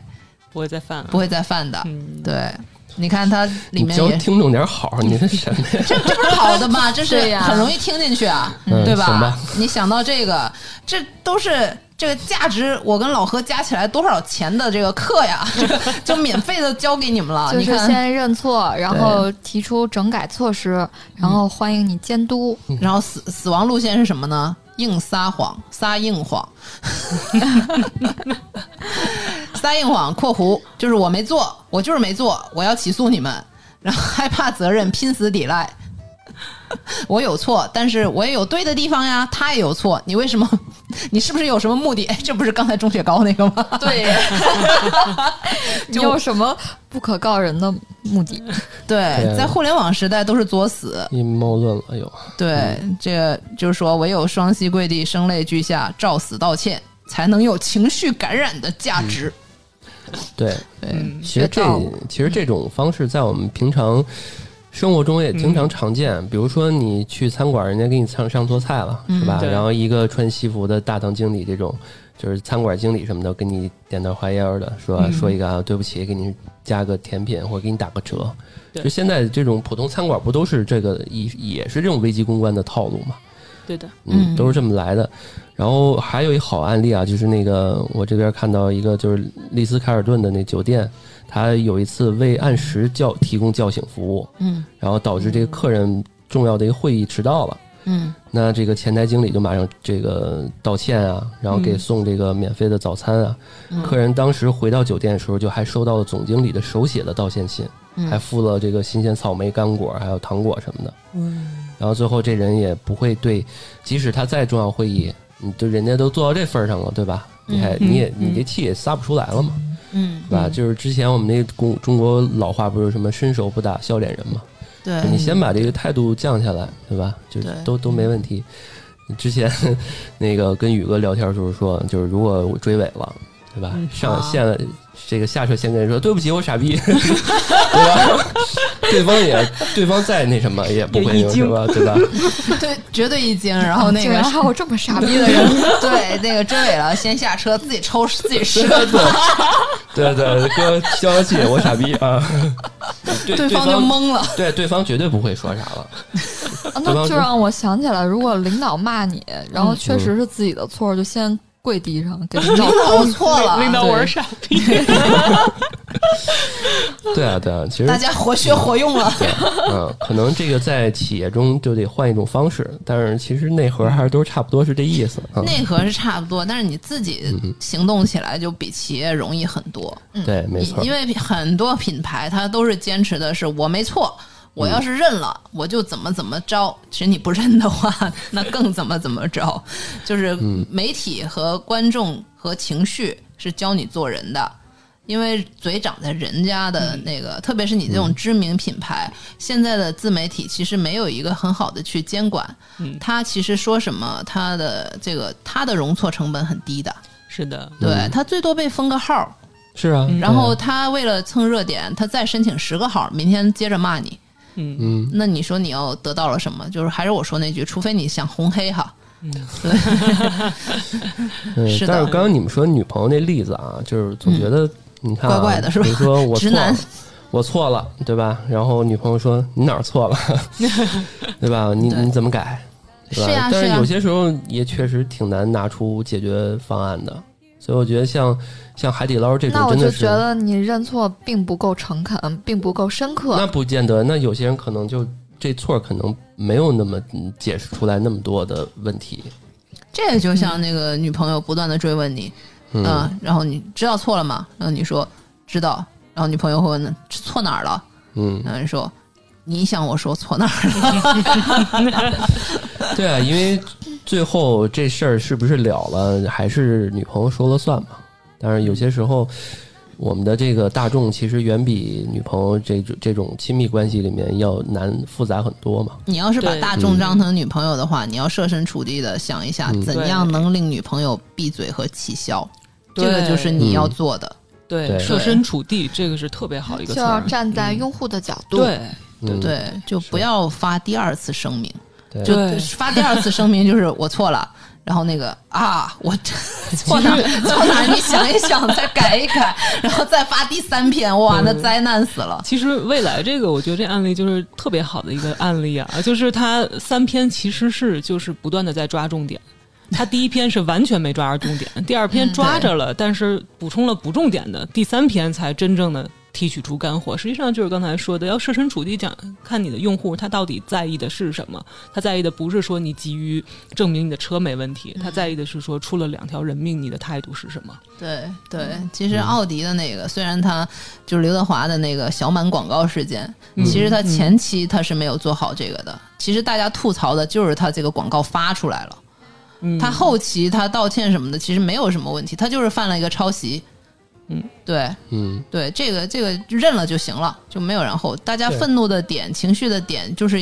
不会再犯啊了
不。会再犯的。
嗯
对，你看它里
你
面
教
也
听众点好，你这什么呀？
这这不是好的吗？这
对
是
呀
很容易听进去啊，
嗯
对
行
吧？
吧
你想到这个，这都是这个价值，我跟老何加起来多少钱的这个课呀？ (laughs) 这个就免费的教给你们了。
就
啊你
是
看，
先认错，然后提出整改措施，然后欢迎你监督。
然后死死亡路线是什么呢？硬撒谎，撒硬谎， (laughs) 撒硬谎（括弧）就是我没做，我就是没做，我要起诉你们，然后害怕责任，拼死抵赖。我有错，但是我也有对的地方呀。他也有错，你为什么？你是不是有什么目的？哎，这不是刚才钟雪糕那个吗？ (laughs)
对，你有什么不可告人的目的？
对
对，
在互联网时代都是作死，
阴谋论了，哎呦，
对，这个就是说，唯有双膝跪地、声泪俱下、照死道歉，才能有情绪感染的价值。
对，
对，
嗯其实这
学到了
其实这种方式在我们平常生活中也经常常见。比如说你去餐馆，人家给你上上错菜了，是吧？
对
然后一个穿西服的大堂经理这种。就是餐馆经理什么的，跟你点头哈腰的说、说一个啊，对不起，给你加个甜品或者给你打个折。
对
就现在这种普通餐馆不都是这个也也是这种危机公关的套路嘛？
对的，
嗯，
嗯
都是这么来的。然后还有一好案例啊，就是那个我这边看到一个，就是丽思凯尔顿的那酒店，它有一次未按时叫提供叫醒服务，
嗯
然后导致这个客人重要的一个会议迟到了。
嗯
那这个前台经理就马上这个道歉啊，然后给送这个免费的早餐啊。
嗯
客人当时回到酒店的时候，就还收到了总经理的手写的道歉信，
嗯
还附了这个新鲜草莓、干果还有糖果什么的。嗯，然后最后这人也不会对，即使他再重要会议，你就人家都做到这份儿上了，对吧？你还你也你这气也撒不出来了嘛，
嗯，
对吧？就是之前我们那中中国老话不是什么伸手不打笑脸人嘛，
对，
你先把这个态度降下来，对吧？就是
对嗯
都都没问题。之前 (laughs) 那个跟宇哥聊天的时候说，就是如果我追尾了，对吧？上
啊
线了这个下车先跟人说对不起，我傻逼， (laughs) 对吧？对方也对方再那什么也不会
也一
有
惊
什么，对吧？
(laughs) 对，绝对一惊。然后那
竟 (laughs)
个
然还有这么傻逼
一
的
个 (laughs)
人
人，对，那个追尾了，先下车，自己抽，自己射。
对对，哥消消气，我傻逼啊！对
对方就懵了，
对，对方绝对不会说啥了。
啊！那就让我想起来，如果领导骂你，然后确实是自己的错，就先跪地上给领导
领导错了，
领导
对
我是傻逼。
对啊，对啊，其实
大家活学活用了。
对，嗯，可能这个在企业中就得换一种方式，但是其实内核还是都差不多是这意思啊。
内核是差不多，但是你自己行动起来就比企业容易很多。
对，哎没
因
错，
因为很多品牌它都是坚持的是我没错，
嗯
我要是认了，我就怎么怎么着。其实你不认的话， (laughs) 那更怎么怎么着。就是
嗯
媒体和观众和情绪是教你做人的。因为嘴长在人家
嗯
的那个，特别是你这种知名品牌，现在的自媒体其实没有一个很好的去监管。
嗯
它其实说什么，它的这个它的容错成本很低的，
是的，
嗯
对，它最多被封个号，
是啊。
嗯
对啊
然后他为了蹭热点，他再申请十个号，明天接着骂你。
嗯
嗯，
那你说你要得到了什么？就是还是我说那句，除非你想红黑哈。是的嗯
嗯但是刚刚你们说女朋友那例子啊，就是总觉得你看
怪
啊、
怪的是吧
比如说我错
直男
了，我错了，对吧？然后女朋友说你哪儿错
(laughs)
了，对吧？你
对
你怎么改？对吧
是呀
但
是呀
有些时候也确实挺难拿出解决方案的，所以我觉得像像海底捞这
那
种
我
真
就
的是
觉得你认错并不够诚恳，并不够深
那
刻。
不见得，那有些人可能就这错儿可能没有那么嗯解释出来那么多的问题。
这个就像那个女朋友不断的追问你，嗯、然后你知道错了吗？然后你说知道，然后女朋友会问错哪儿了？
嗯，
然后你说你想我说错哪儿了？
(laughs) 对啊，因为最后这事儿是不是了了，还是女朋友说了算嘛。但是有些时候，我们的这个大众其实远比女朋友这种这种亲密关系里面要难复杂很多嘛。
你要是把
对
大众当成女朋友的话，你要设身处地的想一下，
嗯
怎样能令女朋友闭嘴和气消？这
对
个就是你要做的。
对，
对
设身处地，这个是特别好一个
就
词
要
儿。
站在用户的角度，
对，
嗯、
对，就不要发第二次声明，
对
就
对
发第二次声明就是我错了，然后那个啊，我 (laughs) 错哪儿错哪儿，你想一想，再改一改，然后再发第三篇，哇，那灾难死了。
其实未来这个，我觉得这案例就是特别好的一个案例啊，就是它三篇其实是就是不断的在抓重点。它第一篇是完全没抓着重点，第二篇抓着了，但是补充了不重点的，第三篇才真正的提取出干货。实际上就是刚才说的，要设身处地讲，看你的用户他到底在意的是什么。他在意的不是说你急于证明你的车没问题，他在意的是说出了两条人命，你的态度是什么。
对对，
嗯
其实奥迪的那个，虽然他就是刘德华的那个小满广告事件，
嗯
其实他前期他是没有做好这个的。其实大家吐槽的就是他这个广告发出来了，
嗯，
他后期他道歉什么的，其实没有什么问题，他就是犯了一个抄袭。
嗯，
对，
嗯，
对，这个这个认了就行了，就没有然后。大家
对
愤怒的点、情绪的点，就是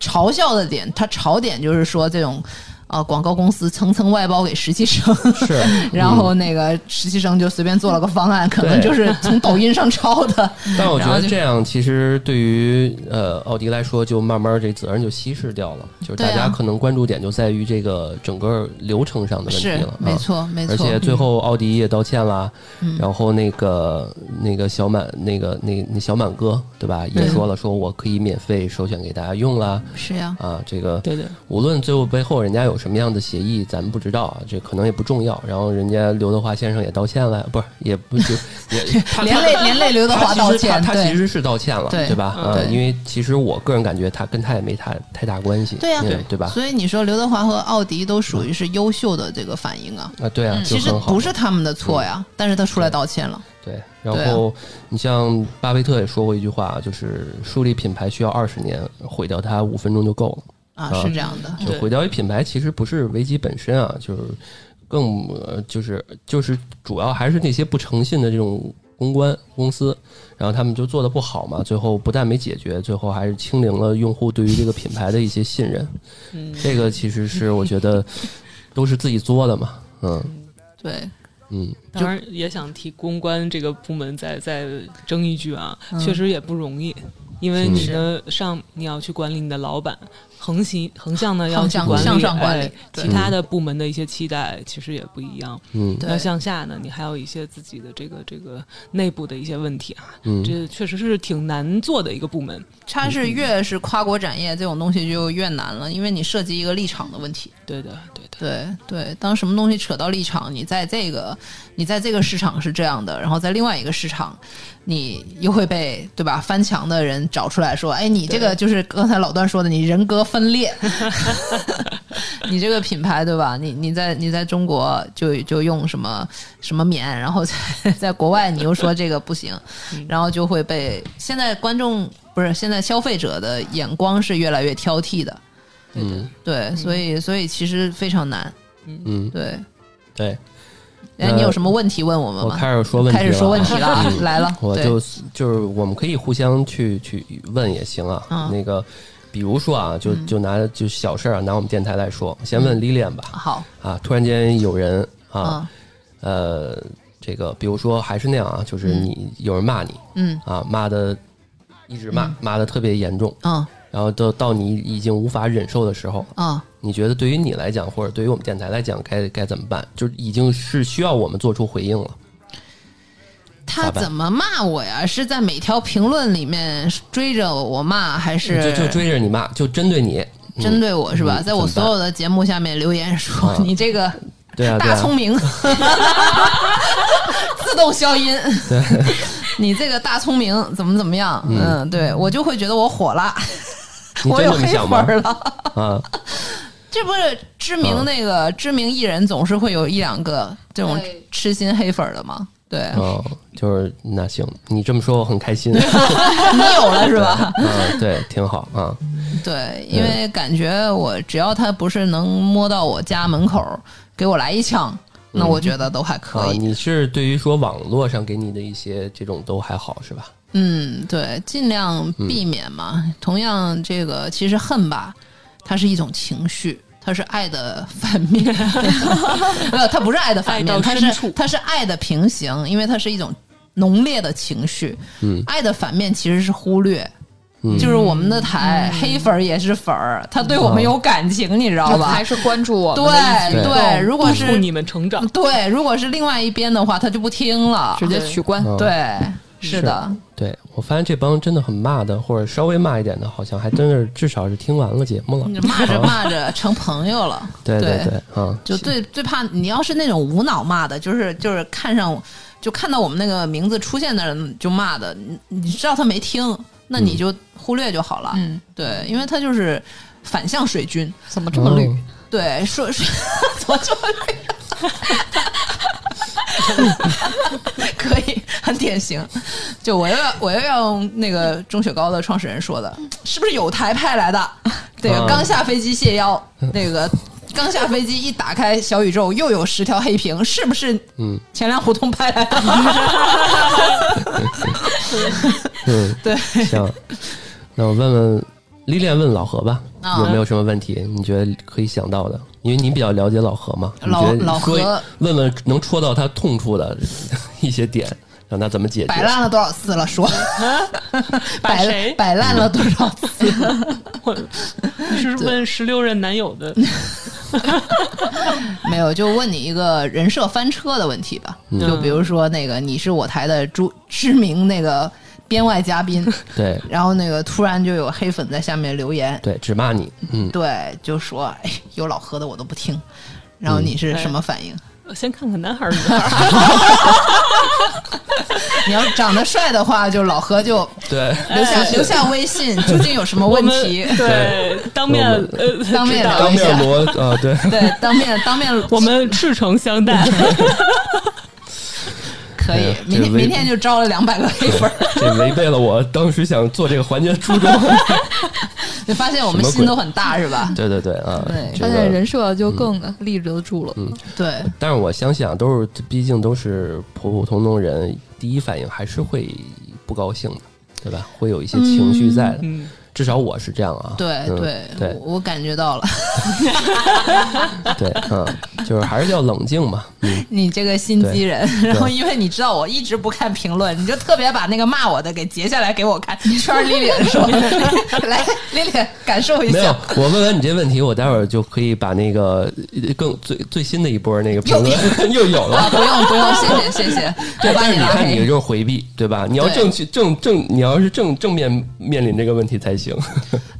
嘲笑的点，他嘲点就是说这种。啊、广告公司层层外包给实习
(laughs)
生，
是
(laughs) 然后那个实习生就随便做了个方案，可能
对
就是从抖音上抄 (laughs) 的。
但我觉
然后
得
就
这样其实对于呃奥迪来说，就慢慢这责任就稀释掉了，就是大
对
家
啊
可能关注点就在于这个整个流程上的问题
是
了，，
没
啊。
错，没
而
错。嗯
且最后奥迪也道歉啦，然后那个那个小满那个那那小满哥对吧，也说了说我可以免费首选给大家用啦
是呀，
啊，这个
对对，
无论最后背后人家有什么样的协议，咱们不知道啊，这可能也不重要。然后人家刘德华先生也道歉了，不是也不
(laughs)
就也他
连累连累刘德华
他
道
其实他
歉，
他其
对
实是道歉了，
对嗯
对吧？啊，
对
因为其实我个人感觉他跟他也没太太大关系，
对呀
嗯对吧？
所以你说刘德华和奥迪都属于是优秀的这个反应啊，
啊，对啊，就
其实
很好
不是他们的错呀，但是他出来道歉了。
对，然
对啊
后你像巴菲特也说过一句话，啊就是树立品牌需要二十年，毁掉它五分钟就够了。
啊，
啊
是这样的，
就毁掉一品牌，其实不是危机本身啊，就是更呃就是就是主要还是那些不诚信的这种公关公司，然后他们就做的不好嘛，最后不但没解决，最后还是清零了用户对于这个品牌的一些信 (laughs) 任。这个其实是我觉得都是自己作的嘛，嗯
对，
嗯。
当然也想替公关这个部门再再争
嗯
嗯
一句啊，确实也不容易，因为你呢上你要去管理你的老板，横行横向的要
横
去
向
管理，
向上管理
哎
对
其他的部门的一些期待其实也不一样。
嗯
那
对，
向下呢，你还有一些自己的这个这个内部的一些问题啊，
嗯，
这确实是挺难做的一个部门。
它是越是跨国展业这种东西就越难了，因为你涉及一个立场的问题。
对的，对的，
对对，当什么东西扯到立场，你在这个你在这个市场是这样的，然后在另外一个市场，你又会被对吧翻墙的人找出来说，哎，你这个就是刚才老段说的，你人格分裂， (laughs) 你这个品牌对吧？你你在你在中国就就用什么什么棉，然后在 (laughs) 在国外你又说这个不行，然后就会被现在观众不是现在消费者的眼光是越来越挑剔的。
对的。
对，所以所以其实非常难。
嗯，
对，
对，
哎，
呃
你有什么问题问我们
我
吗？
开始说问题
开始说问
了嗯
题了
(laughs)
啊，来了，
我
对
就就是我们可以互相去去问也行啊。
嗯
那个，比如说啊，就就拿就小事儿啊，拿我们电台来说，先问 Lilian 吧。
好
嗯啊，突然间有人啊，
啊，
呃，这个比如说还是那样啊，就是你有人骂你
嗯
啊，骂的一直骂，骂的特别严重，
嗯
然后到到你已经无法忍受的时候，
嗯
你觉得对于你来讲，或者对于我们电台来讲，该该怎么办？就是已经是需要我们做出回应了。
他
咋办
怎么骂我呀？是在每条评论里面追着我骂，还是
就就追着你骂，就针对你，嗯
针对我是吧？
嗯
在我
怎么办
所有的节目下面留言说
啊
你这个
(laughs) 对啊，对
大
啊
聪
(laughs)
明，自动消音。对，你这个大聪明怎么怎么样？嗯，对我就会觉得我火了，
你
我
真
有
这么
黑
想
粉
吗？
儿了。
啊，
这不是知名那个、知名艺人总是会有一两个这种
对
痴心黑粉儿的嘛？对，
哦，就是那行，你这么说我很开
(laughs)
心，
你有了是
(laughs)
吧？
嗯，对，挺好啊，
对，因为感觉我只要他不是能摸到我家门口儿给我来一枪，那我觉得都还
啊
可，以。
你是对于说网络上给你的一些这种都还好是吧？
嗯，对，尽量避免嘛。同样，这个其实恨吧，它是一种情绪。它是爱的反面，没有，它不是爱的反面，
爱到
它
深
是
处
它是爱的平行，因为它是一种浓烈的情绪。嗯，爱的反面其实是忽略，
嗯
就是我们的台、黑粉儿也是粉儿，他对我们有感情，你知道吧
还？是关注我们的一举
对
一动
对，如果
帮助
是
你们成
(laughs)
长，
对，如果是另外一边的话，他就不听了，
直接取关。
嗯，
对，哦是的，
对，我发现这帮真的很骂的，或者稍微骂一点的，好像还真是至少是听完了节目了，
你嗯骂着
啊
骂着成朋友了，
(laughs) 对对，啊，
就最最怕你要是那种无脑骂的，就是就是看上就看到我们那个名字出现那儿就骂的，你你知道他没听，那
嗯
你就忽略就好了，
嗯，
对，因为他就是反向水军，
怎么这么绿？
嗯
对，说 (laughs) 说怎么这么累？可以，很典型。就我又要我又要用那个钟雪糕的创始人说的，是不是有台派来的？对
啊，
刚下飞机谢邀，那个刚下飞机一打开小宇宙，又有十条黑屏，是不是？
嗯
前粮胡同派来的？ (laughs)
嗯，
对，
行，那我问问历练问老何吧，
啊
有没有什么问题？你觉得可以想到的？因为你比较了解老何嘛，你
老
觉得
老
说一
何
问问能戳到他痛处的 (laughs) 一些点，让他怎么解决
(laughs) 摆？烂了多少次了？说
把
摆
谁
摆烂了多少次？
(laughs) 我你是问十六任男友
(laughs)
的，
没有，就问你一个人设翻车的问题吧。
嗯
就比如说那个，你是我台的知知名那个编外嘉宾，
对
然后那个突然就有黑粉在下面留言，
对，只骂你，嗯，
对，就说哎，有老何的我都不听。然后你
嗯
是什么反应？ (laughs)
我先看看男孩儿女孩儿，
你要长得帅的话，就老何就 (laughs)
对，
留下、留下微信，究竟有什么
哎我
问
们
题？
对当面
我
呃
当面
知道
聊
(laughs) 当面锣啊，对，
对，当面当面
(laughs) 我们赤诚相待。
可以
哎呀，
明
这
天
微
明天就招了两百个黑
(laughs)
粉儿，
这违背了我当时想做这个环节的初衷。
你发现我们
什么
心
鬼
都很大是吧？
对对对啊，
对
这
(laughs) 发现
个
人设就更立得住了。
对，
但是我相信啊，都是毕竟都是普普通通人，第一反应还是会不高兴的，对吧？会有一些情绪在的，
嗯，
至少我是这样啊。
对
嗯
对，
对
我我感觉到了，
对，嗯，就是还是要冷静嘛。嗯，
你这个心机人。然后因为你知道我一直不看评论，你就特别把那个骂我的给截下来给我看，圈儿丽丽说， (laughs) 来，丽丽感受一
没有
下。，
我问完你这问题，我待会儿就可以把那个呃更最最新的一波那个评论 (laughs) 又有
啊，
了。
不用不用，谢谢谢谢，
(laughs) 对
我，把
但是你
拉
看，你
黑
就。是回避，对吧？你要
对
正去正正，你要是正正面面临这个问题才行。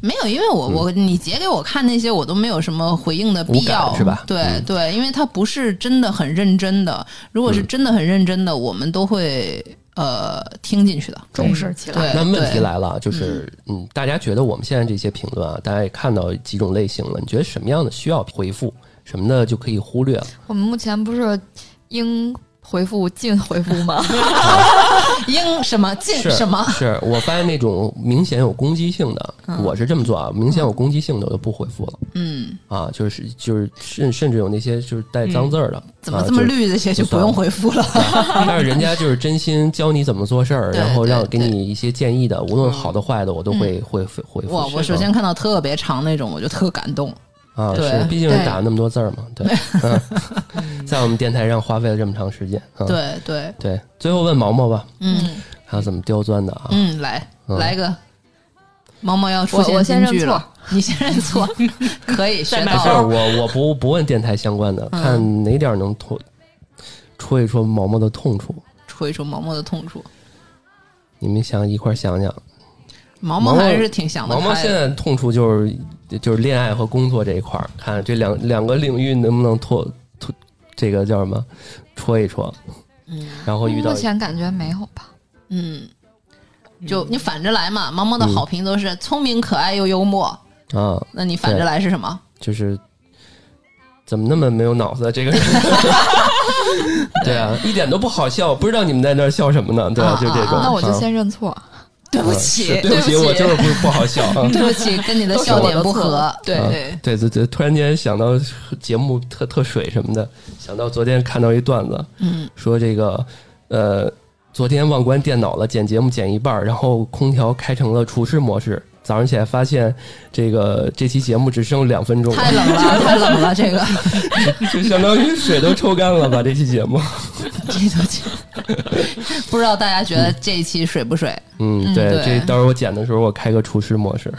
没有，因为
嗯
我我你截给我看那些，我都没有什么回应的必
无
要，
感是吧
对、
嗯
对，因为他不是真的很认真的，如果是真的很认真的，我们都会呃听进去的。
重视起来。
对，
那问题
对，
来了，就是嗯，大家觉得我们现在这些评论啊，大家也看到几种类型了，你觉得什么样的需要回复，什么的就可以忽略了？
我们目前不是应回复尽回复
(laughs)
吗？
应什么进
是啊
什么，
是我发现那种明显有攻击性的，我是这么做啊，明显有攻击性的我就不回复了
嗯，
啊，就是就是甚甚至有那些就是带脏字儿的，
怎么
啊
这么
就是
绿这些就不用回复了。
(laughs) 但是人家就是真心教你怎么做事儿，
对
然后让给
对嗯
你一些建议的，无论好的坏的，我都会会会回复。
我我首先看到特别长那种，我就特感动。
啊，
对
是，毕竟是
对
打了那么多字儿嘛，对，嗯，在我们电台上花费了这么长时间，啊、
对对，
对。最后问毛毛吧，
嗯
还有怎么刁钻的啊？
嗯，来
嗯
来个。毛毛要出
我我
现
先
金句
认错
了， (laughs) 你先认
(laughs)
错，可以学
买
到
没事儿，
了。
我我不不问电台相关
嗯
的，看哪点儿能戳戳一戳毛毛的痛处，
戳一戳毛毛的痛处。
你们想一块儿想想。
毛毛
毛毛
还是挺想得
毛毛
开
现
的。
在痛处就是就是恋爱和工作这一块儿，看这两两个领域能不能脱脱这个叫什么戳一戳，
嗯
然后遇到
(laughs) 目前感觉没有吧？
嗯，就你反着来嘛。毛毛的
嗯
好评都是聪明、可爱又幽默。
啊，
那你反着来是什么？
就是怎么那么没有脑子啊这个人。 (laughs) 对啊，一点都不好笑，不知道你们在那儿笑什么呢？对吧、
啊
就这种。
那我就
啊
先认错。
对不
呃是
起，
对不
起，
起，我就是不不好笑。啊
对不起，跟你的笑点不合。对
啊
对，
对对对，突然间想到节目特特水什么的，想到昨天看到一段子，
嗯，
说这个呃，昨天忘关电脑了，剪节目剪一半儿，然后空调开成了厨师模式，早上起来发现这个这期节目只剩两分钟了
太，冷了，太冷了，这个
就相当于水都抽干了吧这期节目。嗯
这都行。 (laughs) 不知道大家觉得这一期水不水？
嗯，
嗯
对，
对
这到时候我剪的时候我开个厨师
(laughs)
模式，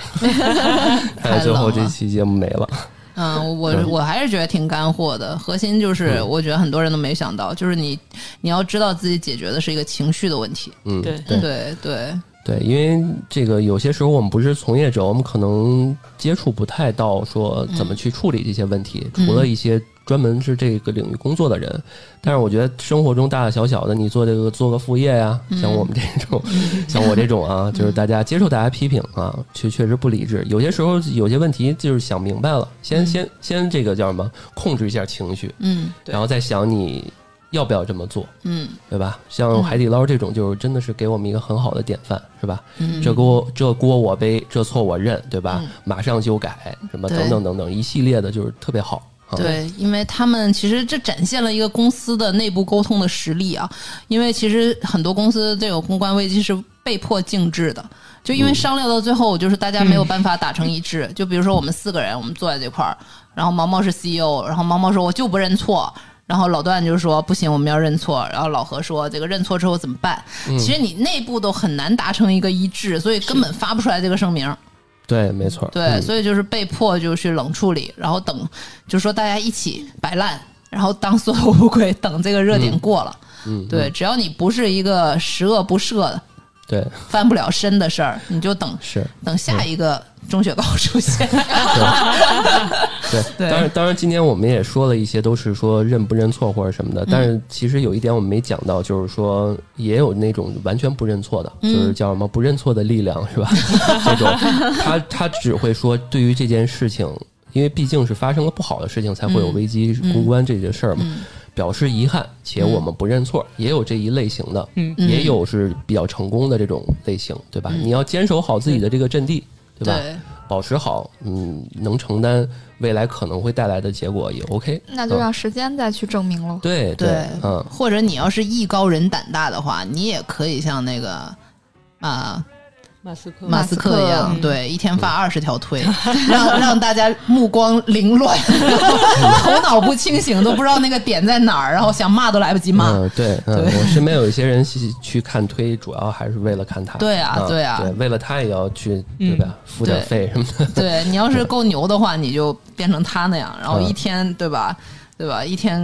看最后这期节目没了。
嗯，我
嗯
我还是觉得挺干货的。核心就是，我觉得很多人都没想到，就是你你要知道自己解决的是一个情绪的问题。
嗯，
对
对
对对，
对，因为这个有些时候我们不是从业者，我们可能接触不太到说怎么去处理这些问题，
嗯
除了一些专门是这个领域工作的人。但是我觉得生活中大大小小的，你做这个做个副业呀、像我们
嗯
这
(laughs)
种，像我这种啊，就是大家接受大家批评啊，确确实不理智。有些时候有些问题就是想明白了，先先先这个叫什么，控制一下情绪，
嗯
对
然后再想你要不要这么做。
嗯
对吧？像海底捞这种，就是真的是给我们一个很好的典范，是吧？
嗯，
这锅这锅我背，这错我认，对吧？
嗯
马上修改，什么
对
等等等等，一系列的就是特别好。啊、，
对，因为他们其实这展现了一个公司的内部沟通的实力啊。因为其实很多公司这种公关危机是被迫静置的，就因为商量到最后，就是大家没有办法达成一致。就比如说我们四个人，我们坐在这块儿，然后毛毛是 CEO，然后毛毛说我就不认错。然后老段就说不行，我们要认错。然后老何说这个认错之后怎么办？其实你内部都很难达成一个一致，所以根本发不出来这个声明。
对，没错。
对，
嗯
所以就是被迫就去冷处理，然后等，就是说大家一起摆烂，然后当所有乌龟，等这个热点过了。
嗯，
对，只要你不是一个十恶不赦的、
对，
翻不了身的事儿，你就等
是。嗯
等下一个钟雪糕出现。 (laughs)
对，
对
当然，当然，今天我们也说了一些，都是说认不认错或者什么的。但是其实有一点我们没讲到，就是说也有那种完全不认错的，就是叫什么不认错的力量，是吧？这种他他只会说对于这件事情，因为毕竟是发生了不好的事情，才会有危机公关这些事儿嘛。表示遗憾，且我们不认错，也有这一类型的，
嗯
也有是比较成功的这种类型，对吧？你要坚守好自己的这个阵地，对吧？
对，
保持好，嗯，能承担未来可能会带来的结果也 OK。啊
那就让时间再去证明喽。
对
对
嗯，
或者你要是艺高人胆大的话，你也可以像那个啊、
(laughs) 马斯克，
马斯克嗯一
马斯
样，
克
对，一天发二十条推， (laughs) 让让大家目光凌乱， (laughs) 头脑不清醒，都不知道那个点在哪儿，然后想骂都来不及骂。
嗯，对，嗯，
对
我身边有一些人去去看推，主要还是为了看他。嗯
对啊对啊
对，为了他也要去，
嗯
对吧？付点费什么
(laughs)
的。
对你要是够牛的话，你就变成他那样，
嗯
然后一天、对吧？对吧？一天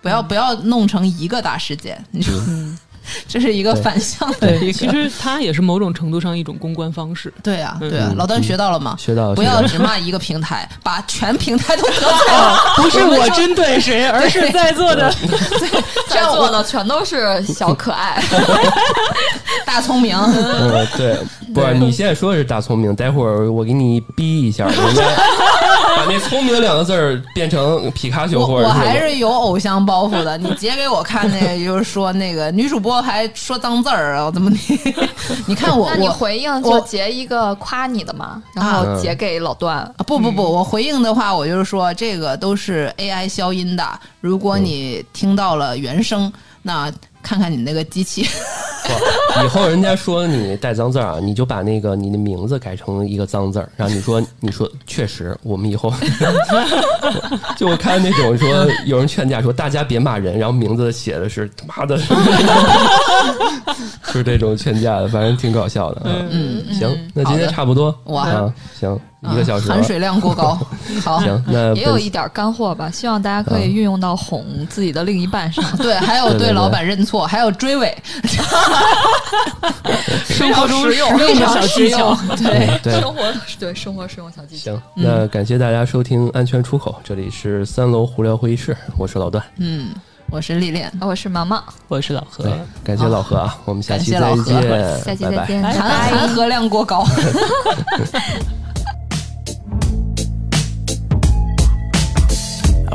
不
嗯
要不要弄成一个大事件，你说、 (laughs) 这是一个
对
反向的一
对，
个。
其实它也是某种程度上一种公关方式。
(laughs) 对啊，对啊，老段学到了吗？
嗯学到了
不
学到
要
了哦
只骂一个平台，把全平台都得罪了，
不是我针对谁，而是在座的
(laughs) 这样
在座
我
的全都是小可
(laughs)
爱，
大聪明。
嗯，对，不是你现在说的是大聪明，待会儿我给你逼
(laughs)
一下，我应该把那“聪明”两个字儿变成皮卡丘
我
或者
我还
什么
是有偶像包袱的，你截给我看那个，就是说那个女主播还说脏字儿啊，怎么你？ (laughs) 你看我
那你
我
回应
我
就截一个夸你的嘛，然后截给老段。
啊不不不，我回应的话，我就是说这个都是 AI 消音的。如
嗯
果你听到了原声，那看看你那个机器。
不以后人家说你带脏字儿啊，你就把那个你的名字改成一个脏字儿，然后你说你说确实，我们以后就我看那种说有人劝架说大家别骂人，然后名字写的是他妈的， (laughs) 就是这种劝架的，反正挺搞笑的啊。
嗯，
行，那今
好
天
的
差不多
哇
啊，行，一个小时了
含水量过
(laughs)
高。好，
行，那
嗯
也有
本
一点干货吧，希望大家可以运用到哄自己的另一半上。
(laughs) 对，还有
对对
对
对
老板认错，还有追尾，
(laughs) 生活中实用的
非常
小
实
技巧
用。对，(laughs)
嗯对
生活 (laughs) 对生活实用小技巧。
行，
嗯
那感谢大家收听《安全出口》，这里是三楼胡聊会议室，我是老段，
嗯，我是历练，
(laughs) 我是毛毛，
(laughs) 我是老何
对，感谢老何啊，我们下期再
感谢老何
见，
下期
拜
再
拜
见，拜
含
拜。
含荷量过高。
I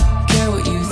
care what you think.